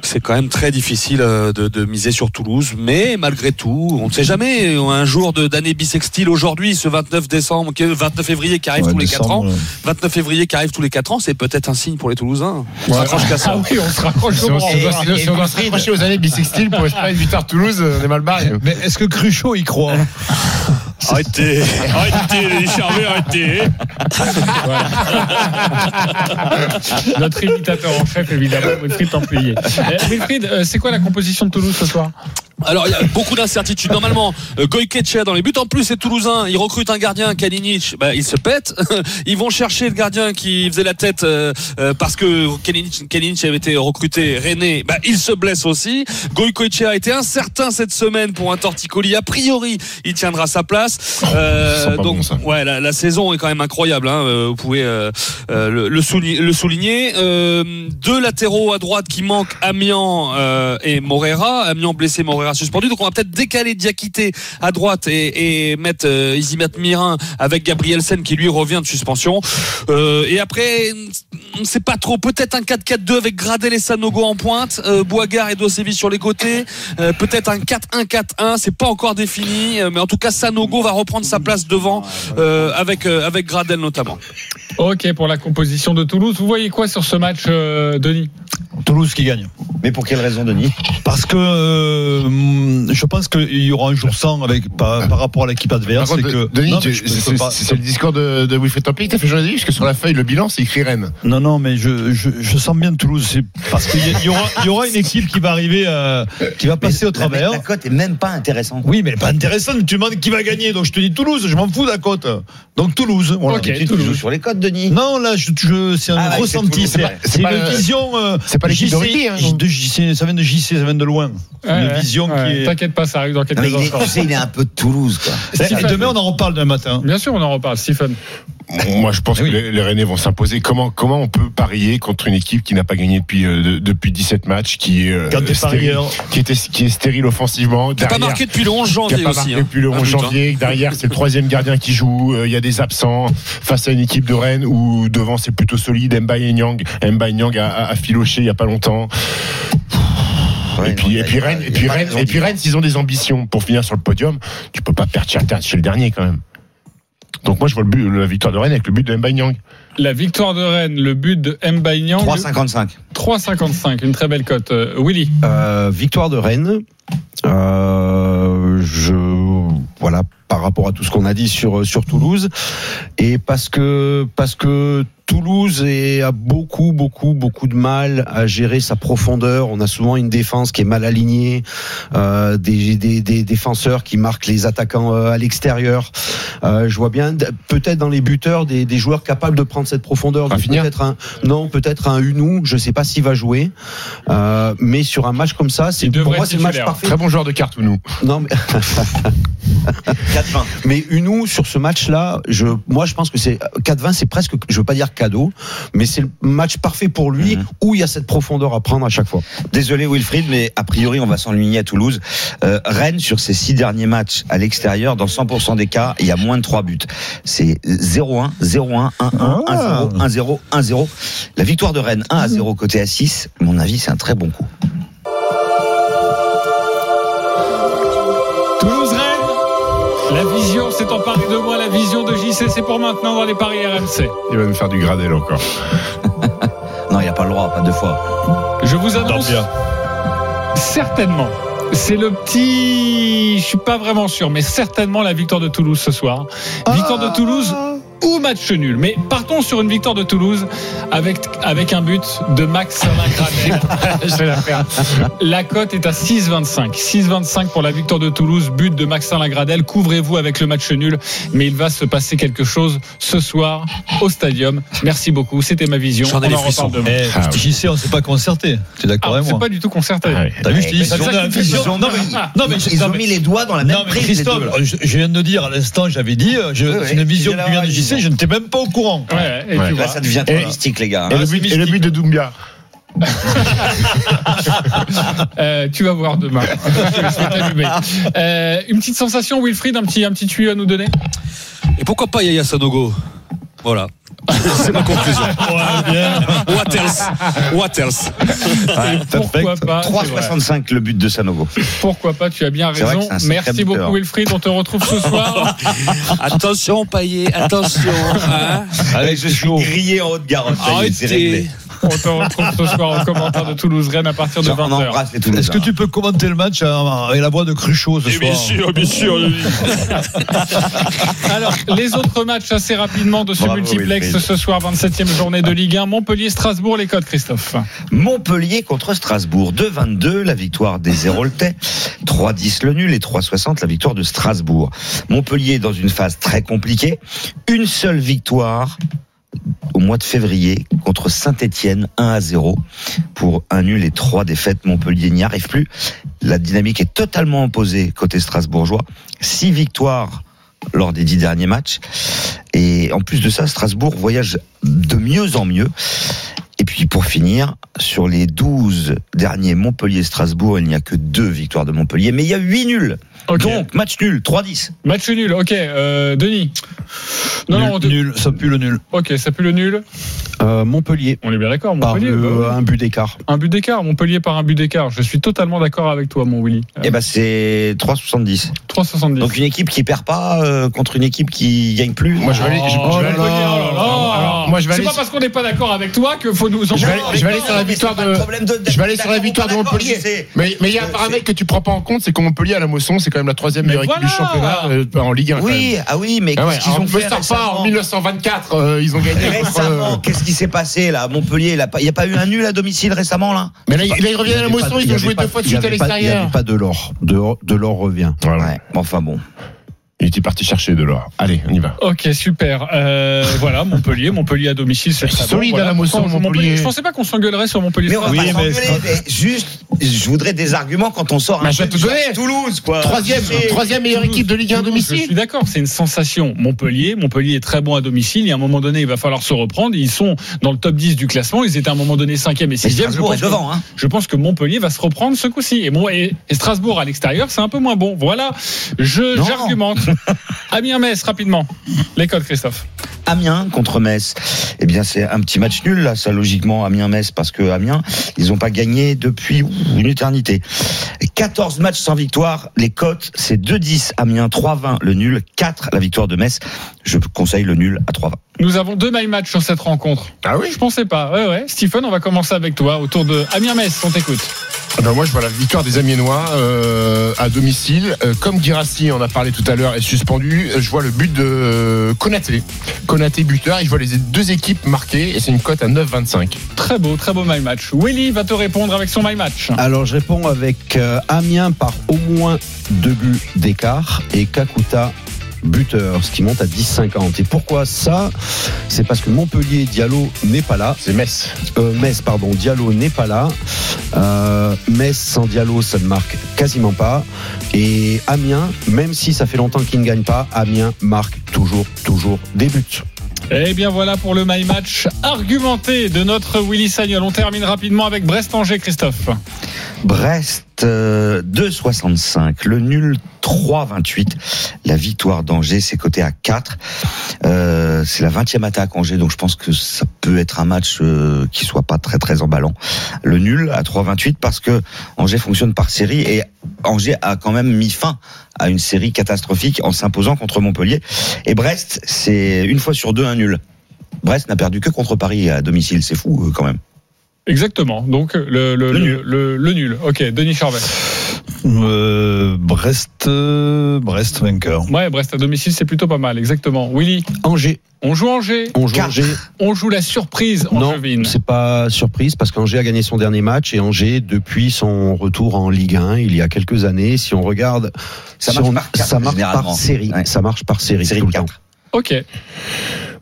Speaker 14: C'est quand même très difficile euh, de, de miser sur Toulouse, mais malgré tout, on ne sait jamais. euh, Un jour de- d'année bissextile aujourd'hui, ce 29 décembre, qui est- 29 février qui arrive
Speaker 7: Ouais,
Speaker 14: tous les 4 ans,
Speaker 7: décembre,
Speaker 14: 29 février qui arrive tous les 4 ans, c'est peut-être un signe pour les Toulousains. On
Speaker 8: Ouais.
Speaker 14: s'accroche qu'à ça.
Speaker 5: Ah oui, on se raccroche
Speaker 8: Si
Speaker 5: au
Speaker 8: on-
Speaker 5: bras.
Speaker 8: si on- si on- si on doit se
Speaker 9: Wilfried.
Speaker 8: raccrocher aux années bissextiles pour espérer une victoire Toulouse, on est mal barré.
Speaker 7: Mais est-ce que Cruchot y croit
Speaker 14: Arrêtez, arrêtez les charmés, arrêtez.
Speaker 5: Notre imitateur en chef, évidemment, Wilfried Templier. Euh, Wilfried, euh, c'est quoi la composition de Toulouse ce soir
Speaker 14: Alors il y a beaucoup d'incertitudes. Normalement, euh, Goykeche dans les buts. En plus, c'est Toulousain. Ils recrutent un gardien, Kalinic. Bah, il se pète. Ils vont chercher le gardien qui faisait la tête euh, euh, parce que Kalinic, Kalinic avait été recruté. René, bah, il se blesse aussi. Goykeche a été incertain cette semaine pour un torticolis. A priori, il tiendra sa place. Euh,
Speaker 8: Ça sent Oh, pas
Speaker 14: donc,
Speaker 8: bon, ça.
Speaker 14: ouais, la, la saison est quand même incroyable. hein. Euh, Vous pouvez euh, euh, le, le souligner. le souligner. Euh, deux latéraux à droite qui manquent, Amiens euh, et Morera. Amiens blessé, Morera suspendu. Donc on va peut-être décaler Diakité à droite et, et mettre euh, Isimat Mirin avec Gabrielsen qui lui revient de suspension. Euh, et après, on ne sait pas trop. Peut-être un 4-4-2 avec Gradel et Sanogo en pointe, euh, Boigard et Dosevi sur les côtés. Euh, peut-être un 4-1-4-1. C'est pas encore défini, euh, mais en tout cas Sanogo va reprendre sa place devant euh, avec euh, avec Gradel notamment.
Speaker 5: Ok, pour la composition de Toulouse, vous voyez quoi sur ce match, euh, Denis
Speaker 7: Toulouse qui gagne.
Speaker 9: Mais pour quelle raison, Denis
Speaker 7: Parce que euh, je pense qu'il y aura un jour sans avec, par, par rapport à l'équipe
Speaker 8: Par
Speaker 7: adverse.
Speaker 8: contre,
Speaker 7: et que,
Speaker 8: Denis,
Speaker 7: Non, mais
Speaker 8: tu-
Speaker 7: je- je peux
Speaker 8: c'est
Speaker 7: pas-
Speaker 8: c'est- c'est le discours de, de Wilfried Templier que t'as fait journée parce que sur la feuille, le bilan, c'est écrit Rennes.
Speaker 7: Non, non, mais je, je, je sens bien Toulouse. C'est parce qu'il y, a- il y aura, il y aura une équipe qui va arriver, euh, qui va passer au
Speaker 9: la,
Speaker 7: travers.
Speaker 9: la cote est même pas intéressante.
Speaker 7: Oui, mais pas intéressant. Tu me demandes qui va gagner. Donc je te dis Toulouse. Je m'en fous de la cote. Donc Toulouse. Voilà.
Speaker 5: Ok,
Speaker 9: Tu- tu,
Speaker 5: Toulouse.
Speaker 9: joues sur les cotes, Denis.
Speaker 7: Non, là, je, je- c'est un
Speaker 9: Ah, ouais,
Speaker 7: ressenti.
Speaker 9: c'est
Speaker 7: C'est
Speaker 9: Toulouse,
Speaker 8: c'est
Speaker 7: c'est
Speaker 8: pas
Speaker 7: une
Speaker 8: le-
Speaker 7: vision. euh,
Speaker 8: c'est pas l'équipe
Speaker 7: JC,
Speaker 8: d'Origi, hein, non
Speaker 7: de JC, ça vient de JC, ça vient de loin.
Speaker 5: Ouais,
Speaker 7: une
Speaker 5: ouais,
Speaker 7: vision
Speaker 5: ouais.
Speaker 7: qui est.
Speaker 5: T'inquiète pas, ça arrive dans
Speaker 9: Non, mais
Speaker 5: quelques
Speaker 9: il est,
Speaker 5: instants.
Speaker 9: tu sais, il est un peu de Toulouse, quoi.
Speaker 7: Et
Speaker 5: Stéphane.
Speaker 7: Eh, demain, on en reparle demain matin.
Speaker 5: Eh, Bien sûr, on en reparle, Stephen.
Speaker 8: Moi, je pense que les, les Rennais vont s'imposer. Comment, comment on peut parier contre une équipe qui n'a pas gagné depuis, euh, de- depuis 17 matchs, qui est, euh,
Speaker 7: Quand t'es
Speaker 8: stérile,
Speaker 7: parieur.
Speaker 8: qui, était, qui est stérile offensivement.
Speaker 4: T'as pas
Speaker 8: derrière-
Speaker 4: marqué depuis le 11
Speaker 8: qui a
Speaker 4: janvier
Speaker 8: pas
Speaker 4: aussi.
Speaker 8: marqué
Speaker 4: hein.
Speaker 8: depuis le
Speaker 4: Un
Speaker 8: 11
Speaker 4: but, hein.
Speaker 8: janvier. Derrière, c'est le troisième gardien qui joue. Euh, Il y a des absents face à une équipe de Rennes où devant c'est plutôt solide. Mbaye Nyang, Mbaye Nyang a, a- a filoché il y a pas longtemps.
Speaker 9: Ouais,
Speaker 8: et
Speaker 9: non,
Speaker 8: puis,
Speaker 9: il y
Speaker 8: et
Speaker 9: a-
Speaker 8: puis
Speaker 9: il y a-
Speaker 8: Rennes,
Speaker 9: il y
Speaker 8: et
Speaker 9: a
Speaker 8: puis
Speaker 9: pas
Speaker 8: Rennes,
Speaker 9: raison
Speaker 8: et
Speaker 9: de
Speaker 8: puis
Speaker 9: dire.
Speaker 8: Rennes, s'ils ont des ambitions pour finir sur le podium, tu peux pas perdre chez chez le dernier quand même. Donc moi je vois le but, la victoire de Rennes avec le but de Mbaye Nyang.
Speaker 5: La victoire de Rennes, le but de Mbaye Niang,
Speaker 9: 3,55.
Speaker 5: 3,55, une très belle cote. Euh, Willy,
Speaker 6: Euh, victoire de Rennes. Euh, je voilà par rapport à tout ce qu'on a dit sur euh, sur Toulouse et parce que parce que Toulouse est- a beaucoup beaucoup beaucoup de mal à gérer sa profondeur. On a souvent une défense qui est mal alignée, euh, des, des, des défenseurs qui marquent les attaquants euh, à l'extérieur. Euh, je vois bien d- peut-être dans les buteurs des, des joueurs capables de prendre cette profondeur. Donc,
Speaker 8: Rafinha
Speaker 6: Peut-être un non, peut-être un Unou. Je sais pas s'il va jouer. Euh, mais sur un match comme ça, c'est
Speaker 5: Il devrait
Speaker 6: pour moi
Speaker 5: être
Speaker 6: c'est le match
Speaker 5: titulaire.
Speaker 6: parfait.
Speaker 8: Très bon joueur de carte nous.
Speaker 6: Non, mais,
Speaker 9: 4,20.
Speaker 6: mais Unou sur ce match-là, je, moi je pense que c'est 4-20, c'est presque, je veux pas dire cadeau, mais c'est le match parfait pour lui
Speaker 9: Mhm.
Speaker 6: où il y a cette profondeur à prendre à chaque fois.
Speaker 9: Désolé Wilfried, mais a priori on va s'enligner à Toulouse. Euh, Rennes sur ses six derniers matchs à l'extérieur, dans 100% des cas, il y a moins de 3 buts. C'est 0-1, 0-1, 1-1,
Speaker 7: Ah.
Speaker 9: 1-0, 1-0, 1-0. La victoire de Rennes 1 à 0 côté à 6, mon avis c'est un très bon coup.
Speaker 5: Toulouse-Rennes, la vision s'est emparée de moi, la vision de JC, c'est pour maintenant dans les paris RMC.
Speaker 8: Il va nous faire du gradel encore.
Speaker 9: Non, il n'y a pas le droit, pas deux fois.
Speaker 5: Je vous
Speaker 7: Dors
Speaker 5: annonce
Speaker 7: bien.
Speaker 5: certainement. C'est le petit. Je suis pas vraiment sûr, mais certainement la victoire de Toulouse ce soir. Victoire de Toulouse ou match nul. Mais partons sur une victoire de Toulouse avec, avec un but de Max Granel. Je vais la faire. La cote est à 6,25. 6,25 pour la victoire de Toulouse, but de Maxin Lagradel. Couvrez-vous avec le match nul, mais il va se passer quelque chose ce soir au stadium. Merci beaucoup. C'était ma vision.
Speaker 4: J'en ai
Speaker 5: On
Speaker 4: les
Speaker 5: en reparle
Speaker 4: frissons.
Speaker 5: demain.
Speaker 7: Eh,
Speaker 8: Ah oui.
Speaker 7: JC, on s'est pas concerté. Tu es d'accord
Speaker 5: Ah,
Speaker 7: avec
Speaker 5: c'est
Speaker 7: moi
Speaker 5: pas du tout concerté.
Speaker 8: Ah oui.
Speaker 7: T'as vu, je te dis,
Speaker 9: Ils
Speaker 7: ça
Speaker 9: ont-
Speaker 7: donne l'impression.
Speaker 9: ils ont
Speaker 7: Non, mais,
Speaker 9: mis-
Speaker 7: non, mais,
Speaker 9: Ils
Speaker 7: non,
Speaker 9: ont
Speaker 7: mais-
Speaker 9: mis les doigts dans la
Speaker 7: non,
Speaker 9: même
Speaker 7: mais
Speaker 9: prise. les deux, là.
Speaker 7: Christophe, je, je viens de dire à l'instant, j'avais dit, euh, je,
Speaker 9: Ouais,
Speaker 7: c'est une
Speaker 9: ouais,
Speaker 7: vision
Speaker 9: il est
Speaker 7: qui vient
Speaker 9: là,
Speaker 7: de
Speaker 9: il est
Speaker 7: JC,
Speaker 9: là.
Speaker 7: je ne t'ai même pas au courant.
Speaker 5: Ouais, et
Speaker 8: Ouais.
Speaker 5: tu vois.
Speaker 9: Là ça devient trop mystique les gars. hein.
Speaker 8: Et,
Speaker 7: Ah,
Speaker 8: le
Speaker 7: c'est
Speaker 8: but, et le but de Doumbia.
Speaker 5: Euh, tu vas voir demain. Je vais t'allumer. Euh, une petite sensation, Wilfried, un petit, un petit tuyau à nous donner
Speaker 4: Et pourquoi pas Yaya Sanogo Voilà. c'est ma conclusion.
Speaker 9: Ah,
Speaker 5: Ah,
Speaker 7: Ouais, bien.
Speaker 4: What else What else
Speaker 5: Pourquoi pas c'est vrai.
Speaker 9: 3,65 le but de Sanogo.
Speaker 5: Pourquoi pas Tu as bien
Speaker 9: C'est vrai que
Speaker 5: raison.
Speaker 9: c'est un sacré
Speaker 5: Merci
Speaker 9: buteur.
Speaker 5: beaucoup, Wilfried. On te retrouve ce soir.
Speaker 4: Attention, Payet, attention. hein.
Speaker 9: Allez, je suis grillé en haute garonne c'est
Speaker 4: Arrêtez.
Speaker 9: réglé.
Speaker 5: On te retrouve ce soir en commentaire de Toulouse-Rennes à partir de
Speaker 9: On
Speaker 5: 20h.
Speaker 9: embrasse les Toulousains.
Speaker 7: Est-ce que tu peux commenter le match euh, avec la voix de Cruchot ce
Speaker 4: Et
Speaker 7: soir
Speaker 4: bien sûr.
Speaker 5: Alors, les autres matchs assez rapidement de ce
Speaker 9: Bravo,
Speaker 5: multiplex
Speaker 9: Wilfried.
Speaker 5: ce soir, 27e journée de Ligue 1. Montpellier-Strasbourg, les codes, Christophe.
Speaker 9: Montpellier contre Strasbourg. 2-22, la victoire des Héroltais. 3-10 le nul et 3-60 la victoire de Strasbourg. Montpellier est dans une phase très compliquée. Une seule victoire au mois de février contre Saint-Etienne 1 à 0 pour un nul et trois défaites. Montpellier n'y arrive plus. La dynamique est totalement opposée côté strasbourgeois. Six victoires lors des dix derniers matchs. Et en plus de ça, Strasbourg voyage de mieux en mieux. Et puis pour finir, sur les 12 derniers Montpellier-Strasbourg, il n'y a que deux victoires de Montpellier, mais il y a huit nuls.
Speaker 5: Ok.
Speaker 9: Donc, match nul, 3-10.
Speaker 5: Match nul. Ok, euh, Denis. Non,
Speaker 7: nul,
Speaker 5: non, on te-
Speaker 7: nul, ça pue le nul.
Speaker 5: ok, ça pue le nul.
Speaker 6: Euh, Montpellier
Speaker 5: On est bien d'accord,
Speaker 6: par
Speaker 5: Montpellier.
Speaker 6: le-
Speaker 5: bah oui.
Speaker 6: un but d'écart.
Speaker 5: Un but d'écart, Montpellier par un but d'écart. Je suis totalement d'accord avec toi, mon Willy. Euh,
Speaker 9: Eh ben c'est 3,70.
Speaker 5: 3,70.
Speaker 9: Donc une équipe qui perd pas euh, contre une équipe qui gagne plus.
Speaker 8: Moi je vais aller. je- je vais
Speaker 5: Oh
Speaker 8: aller-
Speaker 5: là là, oh là là.
Speaker 8: Alors, moi, je vais
Speaker 5: C'est
Speaker 8: aller-
Speaker 5: pas parce qu'on n'est pas d'accord avec toi que faut nous
Speaker 8: Je vais vais, je vais aller sur la victoire de. Je vais aller sur la victoire de Montpellier. Mais mais il y a un
Speaker 9: C'est-
Speaker 8: paramètre que tu prends pas en compte, c'est que Montpellier à la Mosson, c'est quand même la troisième
Speaker 9: Mais
Speaker 8: meilleure équipe du
Speaker 9: voilà.
Speaker 8: championnat euh, en Ligue 1. quand
Speaker 9: Oui,
Speaker 8: même.
Speaker 9: ah oui, mais
Speaker 8: Ah ouais,
Speaker 9: qu'est-ce qu'ils
Speaker 8: alors,
Speaker 9: ont
Speaker 8: me
Speaker 9: fait
Speaker 8: sors pas en
Speaker 9: récemment
Speaker 8: 1924, euh, ils ont gagné. contre, euh,
Speaker 9: Récemment, qu'est-ce qui s'est passé là à Montpellier Il n'y a, pas eu un nul à domicile récemment là
Speaker 8: Mais là, il- là, il revient à la Mosson, ils ont joué deux fois de suite à
Speaker 6: Il n'y
Speaker 8: l'extérieur.
Speaker 6: avait pas de l'or. De, de l'or revient.
Speaker 8: Voilà.
Speaker 9: Enfin bon.
Speaker 8: Il était parti chercher de l'or. Allez, on y va.
Speaker 5: Ok, super. Euh, voilà, Montpellier, Montpellier à domicile, c'est très
Speaker 8: Solide à la Mosson,
Speaker 5: Pourtant,
Speaker 8: Montpellier.
Speaker 5: Je pensais pas qu'on s'engueulerait sur Montpellier.
Speaker 9: Mais on va
Speaker 5: Oui,
Speaker 9: pas
Speaker 5: mais-
Speaker 9: s'engueuler, mais juste, je voudrais des arguments quand on sort
Speaker 8: Bah,
Speaker 9: un
Speaker 8: je vais
Speaker 9: truc
Speaker 8: te
Speaker 9: genre
Speaker 8: donner.
Speaker 9: Toulouse, quoi.
Speaker 8: Troisième,
Speaker 9: C'est-
Speaker 8: troisième meilleure équipe de Ligue 1 à
Speaker 5: Toulouse, Je suis
Speaker 8: domicile.
Speaker 5: d'accord, c'est une sensation. Montpellier, Montpellier est très bon à domicile et à un moment donné, il va falloir se reprendre. Ils sont dans le top 10 du classement. Ils étaient à un moment donné 5e et
Speaker 9: Mais
Speaker 5: 6e. Je
Speaker 9: Strasbourg est
Speaker 5: pense, que,
Speaker 9: devant, hein.
Speaker 5: je pense que Montpellier va se reprendre ce coup-ci. Et, bon, et, et Strasbourg à l'extérieur, c'est un peu moins bon. Voilà, je
Speaker 9: Non.
Speaker 5: j'argumente. Amiens Metz, rapidement. Les codes, Christophe.
Speaker 9: Amiens contre Metz. Eh bien, c'est un petit match nul, là, ça, logiquement, Amiens-Metz, parce que Amiens, ils n'ont pas gagné depuis ouf, une éternité. 14 matchs sans victoire, les cotes, c'est 2-10 Amiens, 3-20 le nul, 4 la victoire de Metz. Je conseille le nul à 3-20.
Speaker 5: Nous avons deux my match sur cette rencontre.
Speaker 8: Ah oui
Speaker 5: Je pensais pas. Ouais, ouais. Stephen, on va commencer avec toi autour de Amiens Metz. On t'écoute.
Speaker 8: Ah ben moi, je vois la victoire des Amiénois euh, à domicile. Euh, comme Girassi en a parlé tout à l'heure, est suspendu. euh, Je vois le but de euh, Konaté. Konaté buteur. Et je vois les deux équipes marquées. Et c'est une cote à 9,25.
Speaker 5: Très beau, très beau my match. Willy va te répondre avec son my match.
Speaker 6: Alors je réponds avec euh, Amiens par au moins deux buts d'écart et Kakuta buteur, ce qui monte à 10,50. Et pourquoi ça C'est parce que Montpellier Diallo n'est pas là.
Speaker 8: C'est Metz.
Speaker 6: Euh, Metz, pardon, Diallo n'est pas là. Euh, Metz sans Diallo, ça ne marque quasiment pas. Et Amiens, même si ça fait longtemps qu'il ne gagne pas, Amiens marque toujours, toujours des buts.
Speaker 5: Eh bien voilà pour le My Match argumenté de notre Willy Sagnol. On termine rapidement avec Brest-Angers, Christophe.
Speaker 9: Brest, euh, 2,65. Le nul, 3,28. La victoire d'Angers, c'est coté à 4. Euh, c'est la 20e attaque Angers, donc je pense que ça peut être un match euh, qui soit pas très très emballant. Le nul à 3,28 parce que Angers fonctionne par série et Angers a quand même mis fin à une série catastrophique en s'imposant contre Montpellier. Et Brest, c'est une fois sur deux un nul. Brest n'a perdu que contre Paris à domicile, c'est fou euh, quand même.
Speaker 5: Exactement. Donc le, le, le, le- le nul. Ok, Denis Charvet.
Speaker 7: Euh, Brest, euh, Brest vainqueur.
Speaker 5: Ouais, Brest à domicile, c'est plutôt pas mal. Exactement. Willy,
Speaker 6: Angers,
Speaker 5: on joue Angers.
Speaker 6: on joue
Speaker 9: Quatre.
Speaker 6: Angers.
Speaker 5: On joue la surprise
Speaker 6: Non,
Speaker 5: Angevine.
Speaker 6: c'est pas surprise parce qu'Angers a gagné son dernier match et Angers, depuis son retour en Ligue 1 il y a quelques années, si on regarde,
Speaker 9: Ça
Speaker 6: si
Speaker 9: marche
Speaker 6: on-
Speaker 9: par quatre,
Speaker 6: ça marche
Speaker 9: généralement.
Speaker 6: par série,
Speaker 9: Ouais.
Speaker 6: ça marche par série,
Speaker 9: Série
Speaker 6: tout
Speaker 9: de
Speaker 6: le temps.
Speaker 9: quatre.
Speaker 5: Ok.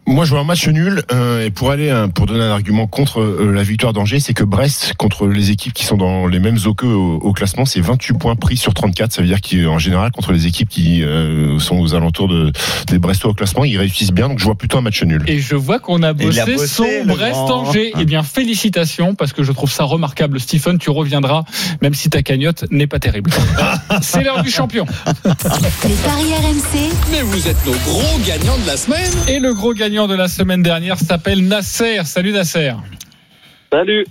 Speaker 8: Moi, je vois un match nul. euh, et pour aller, euh, pour donner un argument contre euh, la victoire d'Angers, c'est que Brest, contre les équipes qui sont dans les mêmes eaux qu'eux au, au classement, c'est 28 points pris sur 34. Ça veut dire qu'en général, contre les équipes qui euh, sont aux alentours de, des Brestois au classement, ils réussissent bien. Donc, je vois plutôt un match nul.
Speaker 5: Et je vois qu'on a
Speaker 9: Il
Speaker 5: bossé,
Speaker 9: a bossé,
Speaker 5: son
Speaker 9: le
Speaker 5: Brest-Angers.
Speaker 9: grand.
Speaker 5: Eh bien, félicitations, parce que je trouve ça remarquable. Stephen, tu reviendras, même si ta cagnotte n'est pas terrible. C'est l'heure du champion.
Speaker 3: Les paris RMC,
Speaker 1: Mais vous êtes nos gros gagnants de la semaine
Speaker 5: Et le gros gagnant de la semaine dernière s'appelle Nasser. Salut Nasser.
Speaker 11: Salut.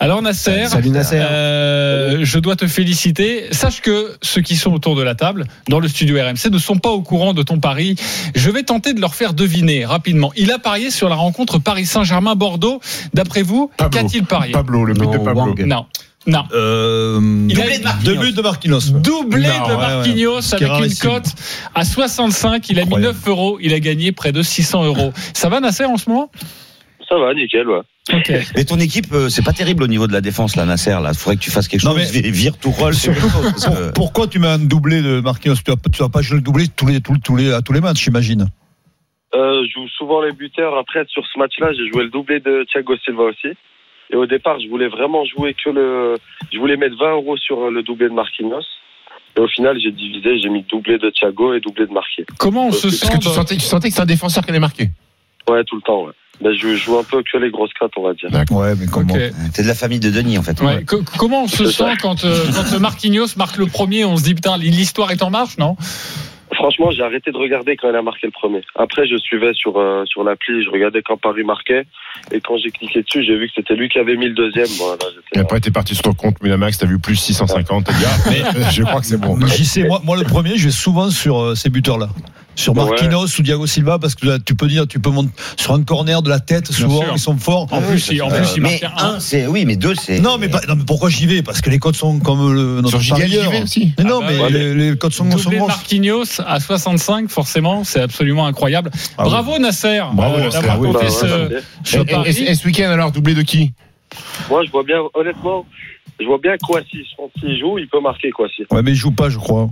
Speaker 5: Alors Nasser,
Speaker 6: Salut Nasser.
Speaker 5: euh, je dois te féliciter. Sache que ceux qui sont autour de la table, dans le studio RMC, ne sont pas au courant de ton pari. Je vais tenter de leur faire deviner rapidement. Il a parié sur la rencontre Paris Saint-Germain-Bordeaux. D'après vous,
Speaker 8: Pablo.
Speaker 5: qu'a-t-il parié
Speaker 8: Pablo, le but
Speaker 6: Non,
Speaker 8: de Pablo.
Speaker 6: Wang.
Speaker 5: Non, non.
Speaker 7: Euh,
Speaker 5: Il a
Speaker 7: doublé
Speaker 5: eu
Speaker 7: de Marquinhos. Deux buts de Marquinhos.
Speaker 5: Doublé
Speaker 7: Non,
Speaker 5: de
Speaker 7: ouais, ouais.
Speaker 5: Marquinhos
Speaker 7: Ce qui est
Speaker 5: avec une
Speaker 7: rarissime.
Speaker 5: cote à 65. Il a mis
Speaker 7: Incroyable.
Speaker 5: 9 euros. Il a gagné près de 600 euros. Ça va Nasser en ce moment
Speaker 11: Ça va, nickel, ouais.
Speaker 5: Ok.
Speaker 9: Mais ton équipe, euh, c'est pas terrible au niveau de la défense, là, Nasser. Là, faudrait que tu fasses quelque
Speaker 7: Non,
Speaker 9: chose.
Speaker 7: mais-
Speaker 9: vi- Vire tout rôle.
Speaker 7: Pour- pourquoi tu mets un doublé de Marquinhos Tu vas, pas- tu vas pas jouer le doublé tous les, tous les- tous les- à tous les matchs, j'imagine.
Speaker 11: Euh, je joue souvent les buteurs. Après, sur ce match-là, j'ai joué le doublé de Thiago Silva aussi. Et au départ, je voulais vraiment jouer que le. Je voulais mettre 20 euros sur le doublé de Marquinhos. Et au final, j'ai divisé, j'ai mis doublé de Thiago et doublé de Marquinhos. Euh,
Speaker 5: Comment on se
Speaker 11: Est-ce
Speaker 5: sent
Speaker 8: Est-ce Euh, que tu
Speaker 5: dans-
Speaker 8: sentais, tu sentais que c'est un défenseur qui allait marquer
Speaker 11: Ouais, tout le temps, ouais. Ben, je joue un peu que les grosses cotes, on va dire.
Speaker 7: Ouais, mais comment
Speaker 5: Ok.
Speaker 9: T'es de la famille de Denis, en fait.
Speaker 5: Ouais, co- comment on se
Speaker 11: C'est ça.
Speaker 5: sent quand, euh, quand Marquinhos marque le premier On se dit, putain, l'histoire est en marche, non
Speaker 11: Franchement, j'ai arrêté de regarder quand elle a marqué le premier. Après, je suivais sur, euh, sur l'appli, je regardais quand Paris marquait. Et quand j'ai cliqué dessus, j'ai vu que c'était lui qui avait mis le deuxième. Voilà,
Speaker 8: Et
Speaker 11: j'étais-
Speaker 8: après, t'es parti sur ton compte Mulamax, t'as vu plus 650, t'as dit, ah, mais je crois que c'est bon.
Speaker 7: Mais J'y sais, moi, moi, le premier, je vais souvent sur euh, ces buteurs-là. sur
Speaker 11: Ouais.
Speaker 7: Marquinhos ou Diego Silva parce que là, tu peux dire, tu peux monter sur un corner de la tête,
Speaker 5: Bien
Speaker 7: souvent,
Speaker 5: sûr.
Speaker 7: ils sont forts.
Speaker 5: En plus, il- en plus, il
Speaker 9: Euh, mais
Speaker 5: marque un.
Speaker 9: un, c'est oui, mais deux, c'est.
Speaker 7: Non mais, pas- non, mais pourquoi j'y vais Parce que les codes sont comme le, notre
Speaker 8: Sur Gigal, j'y
Speaker 7: parieur.
Speaker 8: vais aussi.
Speaker 7: Mais non,
Speaker 5: Ah bah
Speaker 7: mais
Speaker 5: ouais.
Speaker 7: les, les codes sont, sont
Speaker 5: Doublé
Speaker 7: grosses.
Speaker 5: Marquinhos à 65, forcément, c'est absolument incroyable.
Speaker 7: Ah oui.
Speaker 5: Bravo Nasser
Speaker 8: Bravo,
Speaker 5: euh,
Speaker 8: Nasser,
Speaker 5: d'avoir
Speaker 8: oui,
Speaker 5: compté
Speaker 8: bah,
Speaker 5: ce, ce
Speaker 8: Et, et-
Speaker 5: pari.
Speaker 8: et- et ce week-end, alors, doublé de qui
Speaker 11: Moi, je vois bien, honnêtement, je vois bien Kouassi. Je pense qu'il joue, il peut marquer Kouassi.
Speaker 7: Ouais mais il joue pas je crois.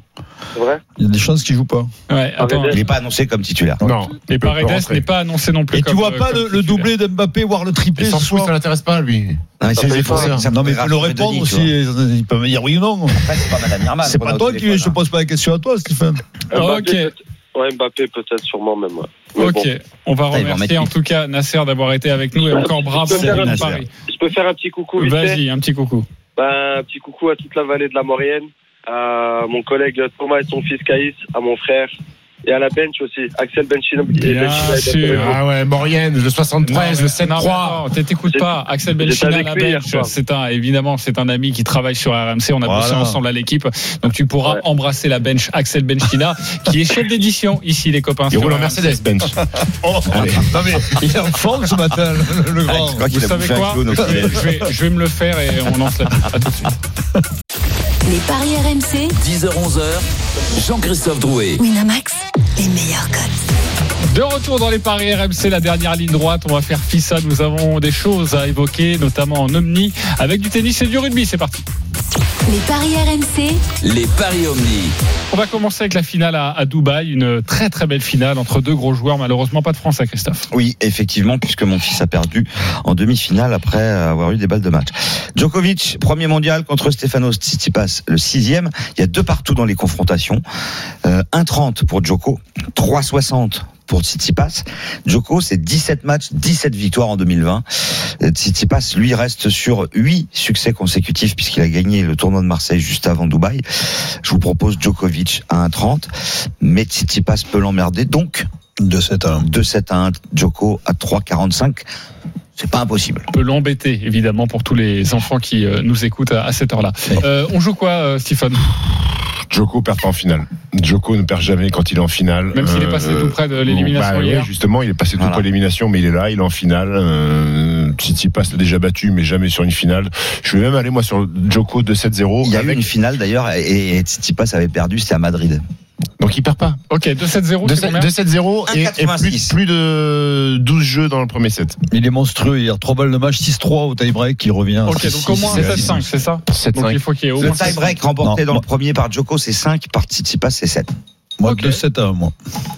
Speaker 11: C'est vrai
Speaker 7: Il y a des chances qu'il joue pas.
Speaker 5: Ouais, attends,
Speaker 11: Paredes.
Speaker 9: Ah, Il n'est pas annoncé comme titulaire.
Speaker 8: Non.
Speaker 5: et Paredes
Speaker 8: rentrer.
Speaker 5: n'est pas annoncé non plus.
Speaker 7: Et
Speaker 5: comme,
Speaker 7: tu vois
Speaker 5: euh,
Speaker 7: pas
Speaker 5: comme
Speaker 7: le, le
Speaker 5: titulaire.
Speaker 7: doublé d'Mbappé, voire le
Speaker 8: Et
Speaker 7: triplé
Speaker 8: sans
Speaker 7: ce
Speaker 8: foutre, ça
Speaker 7: soir Ah,
Speaker 8: l'intéresse pas, lui.
Speaker 9: Non, mais
Speaker 11: Ça
Speaker 9: c'est
Speaker 11: fait
Speaker 9: les
Speaker 11: pas.
Speaker 9: défenseurs. Ça
Speaker 7: Non mais il
Speaker 9: peut
Speaker 7: peut le
Speaker 9: Raphaël
Speaker 7: répondre
Speaker 9: Denis,
Speaker 7: aussi,
Speaker 9: tu vois.
Speaker 7: ils peuvent me dire oui ou non.
Speaker 9: Après, c'est pas Madame Irman
Speaker 7: C'est
Speaker 9: qu'on a
Speaker 7: pas
Speaker 9: au
Speaker 7: toi qui
Speaker 9: téléphone,
Speaker 7: je te
Speaker 9: hein.
Speaker 7: pose pas la question à toi Stéphane.
Speaker 8: Bah,
Speaker 5: Ah, ok.
Speaker 11: Mbappé, peut- Ouais, Mbappé peut-être sûrement même. ouais. Mais
Speaker 5: Ok,
Speaker 11: bon.
Speaker 5: on va
Speaker 9: Putain, ils vont
Speaker 5: remercier
Speaker 9: mettre
Speaker 5: en tout cas Nasser d'avoir été avec nous et encore bravo
Speaker 11: Salut,
Speaker 5: pour le
Speaker 9: Nasser.
Speaker 5: pari.
Speaker 11: Je peux faire un petit coucou vite fait
Speaker 5: Vas-y, un petit coucou.
Speaker 11: Ben, un petit coucou à toute la vallée de la Maurienne, à mon collègue Thomas et son fils Caïs, à mon frère et à la bench aussi, Axel Benchino.
Speaker 5: Bien sûr.
Speaker 8: Ah ouais, Maurienne, le 73, le
Speaker 5: Non, mais
Speaker 8: 7-3.
Speaker 5: attends, T'écoutes
Speaker 11: J'ai-
Speaker 5: pas. Ah, Axel
Speaker 11: j'étais
Speaker 5: Belchina à
Speaker 11: avec
Speaker 5: la
Speaker 11: lui hier
Speaker 5: bench.
Speaker 11: soir.
Speaker 5: C'est un, évidemment, c'est un ami qui travaille sur RMC. On a
Speaker 7: Voilà.
Speaker 5: bossé ensemble à l'équipe. Donc tu pourras
Speaker 11: Ouais.
Speaker 5: embrasser la bench Axel Belchina, qui est chef d'édition ici, les copains.
Speaker 8: Il
Speaker 5: sur
Speaker 8: roule en
Speaker 5: RMC.
Speaker 8: Mercedes, Bench.
Speaker 7: Oh,
Speaker 8: Allez.
Speaker 7: non, mais il est en forme ce matin, le, le
Speaker 9: Je Ah,
Speaker 7: grand.
Speaker 9: crois
Speaker 5: Vous
Speaker 9: qu'il a
Speaker 5: savez
Speaker 9: bouffé un
Speaker 5: quoi
Speaker 9: clown au
Speaker 5: je
Speaker 9: filet.
Speaker 5: vais, je vais- je vais me le faire et on lance la. À tout de suite.
Speaker 3: Les paris RMC,
Speaker 2: 10h-11h, Jean-Christophe Drouet.
Speaker 3: Winamax, les meilleurs codes.
Speaker 5: De retour dans les paris RMC, la dernière ligne droite. On va faire FISA. Nous avons des choses à évoquer, notamment en omni, avec du tennis et du rugby. C'est parti.
Speaker 3: Les paris RMC,
Speaker 2: Les Paris Omni.
Speaker 5: On va commencer avec la finale à, à Dubaï. Une très très belle finale entre deux gros joueurs. Malheureusement, pas de France à Christophe.
Speaker 9: Oui, effectivement, puisque mon fils a perdu en demi-finale après avoir eu des balles de match. Djokovic, premier mondial contre Stefanos Tsitsipas, le sixième. Il y a deux partout dans les confrontations. Euh, 1,30 pour Djoko, 3,60 pour Tsitsipas. Djoko, c'est 17 matchs, 17 victoires en 2020. Euh, Tsitsipas, lui, reste sur 8 succès consécutifs puisqu'il a gagné le tournoi de Marseille juste avant Dubaï. Je vous propose Djokovic à 1,30, mais Tsitsipas peut l'emmerder. Donc,
Speaker 7: De 7 à 1.
Speaker 9: 2-7 à 1, Joko à 3-45. C'est pas impossible.
Speaker 5: peut l'embêter, évidemment, pour tous les enfants qui euh, nous écoutent à, à cette heure-là. Euh, on joue quoi, euh, Stéphane
Speaker 8: Joko perd pas en finale. Joko ne perd jamais quand il est en finale.
Speaker 5: Même s'il est passé
Speaker 8: Euh,
Speaker 5: tout près de l'élimination
Speaker 8: bah ouais,
Speaker 5: hier.
Speaker 8: justement, il est passé tout
Speaker 9: Voilà.
Speaker 8: près de l'élimination, mais il est là, il est en finale. Euh, Tsitsipas l'a déjà battu, mais jamais sur une finale. Je vais même aller, moi, sur Joko 2-7-0.
Speaker 9: Il y a eu
Speaker 8: avec-
Speaker 9: une finale d'ailleurs et et Tsitsipas avait perdu, c'était à Madrid.
Speaker 8: Donc il perd pas.
Speaker 5: Ok, 2-7-0, c'est combien
Speaker 8: 2-7-0 et, et plus,
Speaker 9: 1,86.
Speaker 8: plus de 12 jeux dans le premier set.
Speaker 7: Il est monstrueux hier. 3 balles de match, 6-3 au tie-break, il revient.
Speaker 5: Ok, donc au moins
Speaker 8: six,
Speaker 5: 7-5, c'est ça Donc
Speaker 8: 7-5.
Speaker 5: il faut qu'il y ait au
Speaker 9: Le
Speaker 5: moins
Speaker 9: tie-break remporté
Speaker 7: Non.
Speaker 9: dans le premier par Joko, c'est 5, par Tsitsipas, c'est 7.
Speaker 7: Moi,
Speaker 5: Ok.
Speaker 7: de 7 à 1, moi.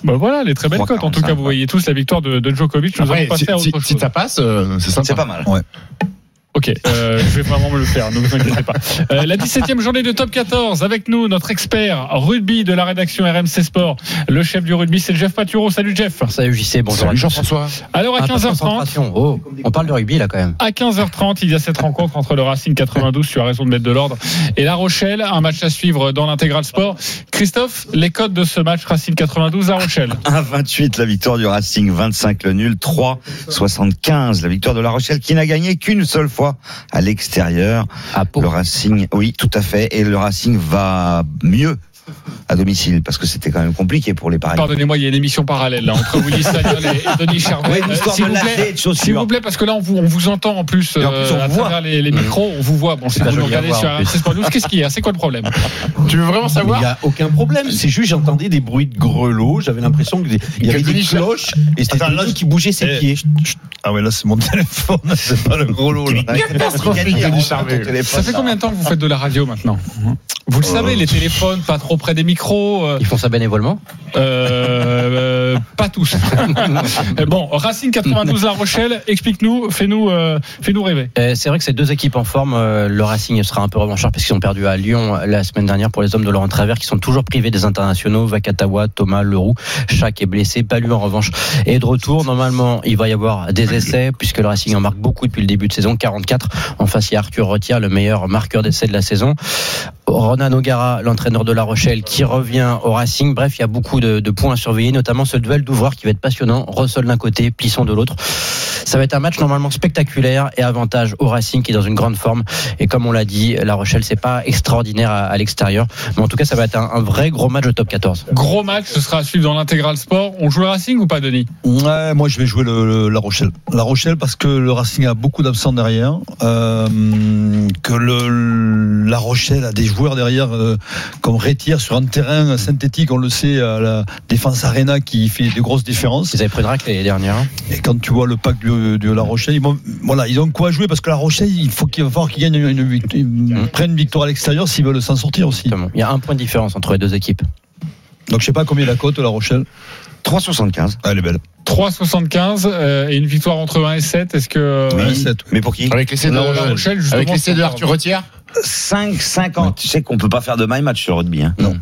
Speaker 5: Bah voilà, les très belles cotes. En tout cas,
Speaker 9: 3,45,
Speaker 5: vous voyez tous la victoire de, de Djokovic. Nous
Speaker 8: Après,
Speaker 5: allons passer
Speaker 8: Ah si,
Speaker 5: à
Speaker 8: si,
Speaker 5: autre
Speaker 8: si
Speaker 5: chose.
Speaker 8: ça passe, euh, c'est
Speaker 9: C'est
Speaker 8: sympa.
Speaker 9: pas mal.
Speaker 5: Ok, euh, je vais vraiment me le faire, ne vous inquiétez pas. Euh, la 17e journée de Top 14, avec nous, notre expert rugby de la rédaction RMC Sport. Le chef du rugby, c'est Jeff Paturo. Salut Jeff.
Speaker 15: Salut JC, bonjour.
Speaker 8: Salut
Speaker 15: à tous.
Speaker 8: Jean-François.
Speaker 5: Alors à
Speaker 15: Ah, pas de
Speaker 5: 15h30,
Speaker 15: concentration. Oh, on parle de rugby là quand même.
Speaker 5: À 15h30, il y a cette rencontre entre le Racing 92, tu as raison de mettre de l'ordre, et La Rochelle, un match à suivre dans l'intégral sport. Christophe, les codes de ce match Racing 92 à Rochelle.
Speaker 9: 1-28 la victoire du Racing, 25 le nul, 3-75 la victoire de La Rochelle qui n'a gagné qu'une seule fois à l'extérieur.
Speaker 15: À Pau.
Speaker 9: Le Racing, oui, tout à fait. Et le Racing va mieux à domicile parce que c'était quand même compliqué pour les paris.
Speaker 5: Pardonnez-moi, il y a une émission parallèle hein. là, entre Willy Sagnol et et Denis Charvet.
Speaker 9: Oui,
Speaker 5: Euh,
Speaker 9: l'histoire
Speaker 5: S'il
Speaker 9: de
Speaker 5: vous
Speaker 9: lacets
Speaker 5: plaît.
Speaker 9: et de
Speaker 5: S'il
Speaker 9: chaussures.
Speaker 5: vous plaît, parce que là on vous, on vous entend en plus, euh,
Speaker 9: Et en plus, on
Speaker 5: à
Speaker 9: vous voit. Mmh.
Speaker 5: travers les, les micros, on vous voit. Bon, si
Speaker 15: pas
Speaker 5: vous nous
Speaker 15: joli à
Speaker 5: regardez
Speaker 15: voir,
Speaker 5: sur
Speaker 15: en
Speaker 5: RMC Sport News, qu'est-ce qu'il y a C'est quoi le problème
Speaker 8: Tu veux vraiment
Speaker 15: Mais Il
Speaker 8: savoir
Speaker 15: n'y a aucun problème. C'est juste, j'entendais des bruits de grelots. J'avais l'impression qu'il y avait des
Speaker 8: Denis Charvet-
Speaker 15: cloches et c'était
Speaker 7: Attends, là,
Speaker 15: Denis qui bougeait ses
Speaker 7: eh,
Speaker 15: pieds.
Speaker 7: Ah ouais, là, c'est mon téléphone, c'est pas le gros lot, là.
Speaker 8: Catastrophique, Denis Charvet.
Speaker 5: Ça fait combien de temps que vous faites de la radio maintenant Vous le
Speaker 7: Euh.
Speaker 5: savez, les téléphones pas trop près des micros. euh,
Speaker 15: Ils font ça bénévolement.
Speaker 5: Euh, euh, pas tous. bon, Racing 92 La Rochelle, explique-nous, fais-nous euh, fais-nous rêver.
Speaker 15: Euh, c'est vrai que ces deux équipes en forme, euh, le Racing sera un peu revanchard parce qu'ils ont perdu à Lyon euh, la semaine dernière pour les hommes de Laurent Travers qui sont toujours privés des internationaux. Vakatawa, Thomas, Leroux, Chac est blessé, pas lui en revanche. Et de retour, normalement, il va y avoir des essais puisque le Racing en marque beaucoup depuis le début de saison, 44. En face, il y a Arthur Retière, le meilleur marqueur d'essais de la saison. Ronan O'Gara, l'entraîneur de La Rochelle, qui revient au Racing. Bref, il y a beaucoup de, de points à surveiller, notamment ce duel d'ouvreurs qui va être passionnant. Russell d'un côté, Plisson de l'autre. Ça va être un match normalement spectaculaire et avantage au Racing qui est dans une grande forme. Et comme on l'a dit, La Rochelle, c'est pas extraordinaire à, à l'extérieur. Mais en tout cas, ça va être un, un vrai gros match au top 14.
Speaker 5: Gros match, ce sera à suivre dans l'intégral sport. On joue le Racing ou pas, Denis
Speaker 7: Ouais, moi je vais jouer le, le- La Rochelle. La Rochelle parce que le Racing a beaucoup d'absents derrière, euh, que le, La Rochelle a des joueurs derrière euh, comme Rétière sur un terrain synthétique, on le sait, à la défense arena qui fait de grosses différences.
Speaker 15: Ils avaient pris une raclée les dernières. hein.
Speaker 7: Et quand tu vois le pack du- de La Rochelle, ils, vont- voilà, ils ont quoi jouer parce que La Rochelle, il faut qu'il va falloir qu'ils gagnent une, une- une- prennent une victoire à l'extérieur s'ils veulent s'en sortir aussi.
Speaker 15: Il y a un point de différence entre les deux équipes.
Speaker 7: Donc je sais pas combien la cote La Rochelle.
Speaker 9: 3,75.
Speaker 7: Elle est belle.
Speaker 5: 3,75 euh, et une victoire entre 1 et 7. Est-ce que. euh,
Speaker 9: Mais pour qui
Speaker 8: Avec l'essai de,
Speaker 5: La Rochelle, justement,
Speaker 8: avec l'essai de
Speaker 5: c'est
Speaker 8: Arthur
Speaker 5: grave.
Speaker 8: Retière
Speaker 9: 5,50. Tu sais qu'on peut pas faire de my match sur rugby. Hein.
Speaker 15: Non.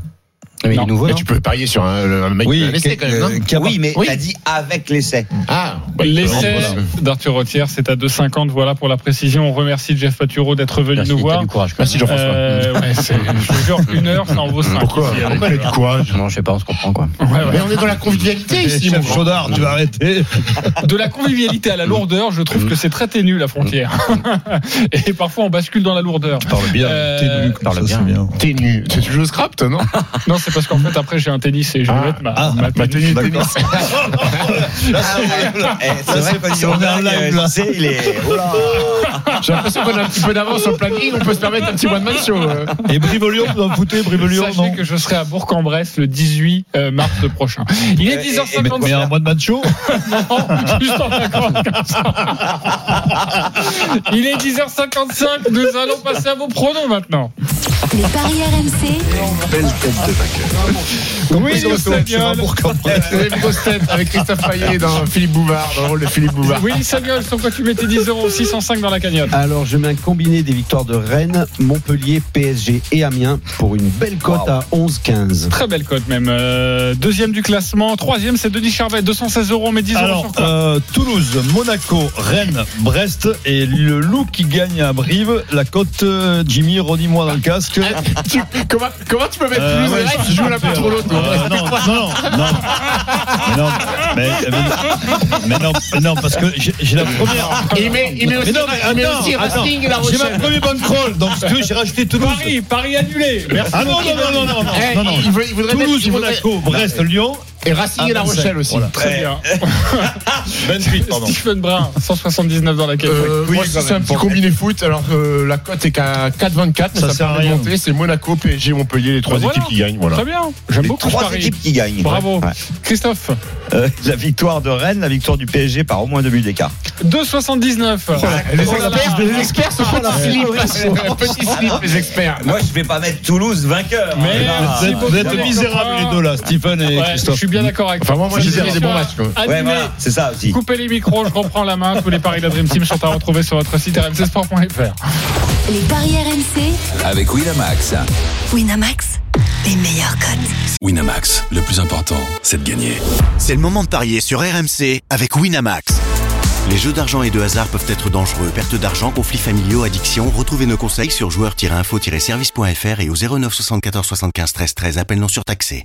Speaker 15: Mais il est nouveau,
Speaker 8: Mais
Speaker 15: non
Speaker 8: tu peux parier sur un, le- un mec euh, qui a l'essai quand même,
Speaker 5: euh,
Speaker 8: non
Speaker 9: oui, mais t'as dit avec l'essai.
Speaker 8: Ah,
Speaker 5: L'essai d'Arthur Rotière, c'est à 2,50. Voilà pour la précision. On remercie Jeff Paturo d'être venu
Speaker 15: Merci,
Speaker 5: nous
Speaker 15: t'as
Speaker 5: voir.
Speaker 15: du courage.
Speaker 8: Merci Jean-François.
Speaker 5: Euh, ouais, c'est- je vous jure qu'une heure, ça en vaut hein. 5.
Speaker 8: Pourquoi Pourquoi elle a du courage
Speaker 15: Non, je sais pas, on se comprend quoi.
Speaker 8: Mais on est dans la convivialité ici, mon
Speaker 7: Chef
Speaker 8: grand.
Speaker 7: Chaudard, tu vas arrêter.
Speaker 5: De la convivialité à la lourdeur, je trouve que c'est très ténu la frontière. Et parfois on bascule dans la lourdeur.
Speaker 7: Parle bien.
Speaker 5: Euh,
Speaker 7: T'es nul,
Speaker 15: parle
Speaker 7: parle
Speaker 15: bien.
Speaker 7: bien. bien.
Speaker 8: T'es nu. Tu joues au scrap, toi, non
Speaker 5: Non, c'est parce qu'en fait après j'ai un tennis et je vais
Speaker 8: Ah,
Speaker 5: mettre ma,
Speaker 7: ah,
Speaker 5: ma
Speaker 8: Ma tenue de
Speaker 7: D'accord.
Speaker 8: tennis.
Speaker 9: Ah Eh, C'est vrai que si
Speaker 7: on
Speaker 9: on
Speaker 7: est en live, là.
Speaker 9: a c'est il est. Oh là.
Speaker 8: J'ai l'impression qu'on a un petit peu d'avance sur le planning, on peut se permettre un petit one man show. euh.
Speaker 7: Et Brivelion, vous en foutez, Brivelion,
Speaker 5: Sachez
Speaker 7: non
Speaker 5: que je serai à Bourg-en-Bresse le 18 euh, mars prochain. Il est
Speaker 9: Euh, et-
Speaker 7: mais, mais
Speaker 5: 10h55.
Speaker 7: en mode macho
Speaker 5: Juste en vacances, comme ça. Il est 10h55, nous allons passer à vos pronoms maintenant.
Speaker 3: Les paris RMC,
Speaker 5: Oui,
Speaker 7: Parce que tu vas pour comprendre.
Speaker 8: Les grosses têtes avec Christophe Payet dans Philippe Bouvard, dans le rôle de Philippe Bouvard.
Speaker 5: Oui, Samuel, sur quoi tu mettais 10 euros 605 dans la cagnotte
Speaker 6: Alors, je mets un combiné des victoires de Rennes, Montpellier, PSG et Amiens pour une belle cote à 11-15.
Speaker 5: Très belle cote même. Euh, deuxième du classement. Troisième, c'est Denis Charvet. 216 euros, mais 10 euros
Speaker 7: Alors,
Speaker 5: sur quoi
Speaker 7: euh, Toulouse, Monaco, Rennes, Brest et le loup qui gagne à Brive, la côte euh, Jimmy, redis-moi dans le casque.
Speaker 8: Tu- comment, comment tu peux mettre
Speaker 7: Euh,
Speaker 8: plus
Speaker 7: ouais,
Speaker 8: de
Speaker 7: je-
Speaker 8: qui joue à la
Speaker 7: je-
Speaker 8: pétrole
Speaker 7: Euh, non, non, non. Mais non, mais, mais- mais non, mais non, parce que j'ai j'ai la première.
Speaker 8: Il met, il met aussi,
Speaker 7: Mais non, mais
Speaker 8: il met aussi
Speaker 7: attends,
Speaker 8: Racing et La
Speaker 7: J'ai ma
Speaker 8: Rochelle.
Speaker 7: première bonne crawl, donc si tu veux, j'ai rajouté Toulouse.
Speaker 5: Paris, Paris annulé. Merci.
Speaker 7: Ah non, non, non, non, non, non,
Speaker 8: Eh,
Speaker 7: non, non.
Speaker 8: il veut- il voudrait mettre-
Speaker 7: Toulouse,
Speaker 8: il voudrait-
Speaker 7: Monaco, Brest, Lyon,
Speaker 8: Et
Speaker 5: Ah,
Speaker 8: Racing et La Rochelle aussi.
Speaker 5: Très bien.
Speaker 7: 28, pardon.
Speaker 5: Stephen Brun, 179 dans la cagnotte.
Speaker 8: Euh, moi, c'est un petit combiné foot. Alors, euh, la cote est qu'à 4,24. mais
Speaker 7: Ça
Speaker 8: Ça,
Speaker 7: sert à
Speaker 8: permet de
Speaker 7: rien.
Speaker 8: monter. C'est Monaco, PSG, Montpellier, les trois
Speaker 5: Voilà.
Speaker 8: équipes qui gagnent.
Speaker 5: Très
Speaker 8: Voilà.
Speaker 5: bien. J'aime
Speaker 9: Les
Speaker 5: beaucoup
Speaker 9: trois
Speaker 5: Paris.
Speaker 9: équipes qui gagnent.
Speaker 5: Bravo.
Speaker 9: Ouais.
Speaker 5: Christophe,
Speaker 9: Euh, la victoire de Rennes, la victoire du PSG par au moins deux buts d'écart.
Speaker 5: 279.
Speaker 8: Les
Speaker 5: Oh là là.
Speaker 8: experts, les experts se font leur slip. Petit slip, les experts.
Speaker 9: Moi, je vais pas mettre Toulouse vainqueur.
Speaker 5: Ah. Mais-
Speaker 9: Ah.
Speaker 5: Merci
Speaker 7: Vous êtes
Speaker 5: beaucoup.
Speaker 7: misérables les deux là, Stephen et
Speaker 5: Ouais, je
Speaker 7: Christophe.
Speaker 5: suis bien d'accord avec
Speaker 8: Enfin, moi, moi, j'ai
Speaker 5: Cette
Speaker 8: géré des bons
Speaker 5: émission
Speaker 8: matchs, quoi.
Speaker 5: a
Speaker 9: Ouais,
Speaker 5: Annulé.
Speaker 9: voilà, c'est ça aussi.
Speaker 5: Coupez les micros, je reprends la main. Tous les paris de la Dream Team sont à retrouver sur votre site rmcsport.fr.
Speaker 3: les paris RMC,
Speaker 2: Avec Winamax.
Speaker 3: Winamax, les meilleurs cotes.
Speaker 16: Winamax, le plus important, c'est de gagner.
Speaker 2: C'est le moment de parier sur RMC avec Winamax. Les jeux d'argent et de hasard peuvent être dangereux. Perte d'argent, conflits familiaux, addiction. Retrouvez nos conseils sur joueurs-info-service.fr et au 09 74 75 13 13. Appel non surtaxé.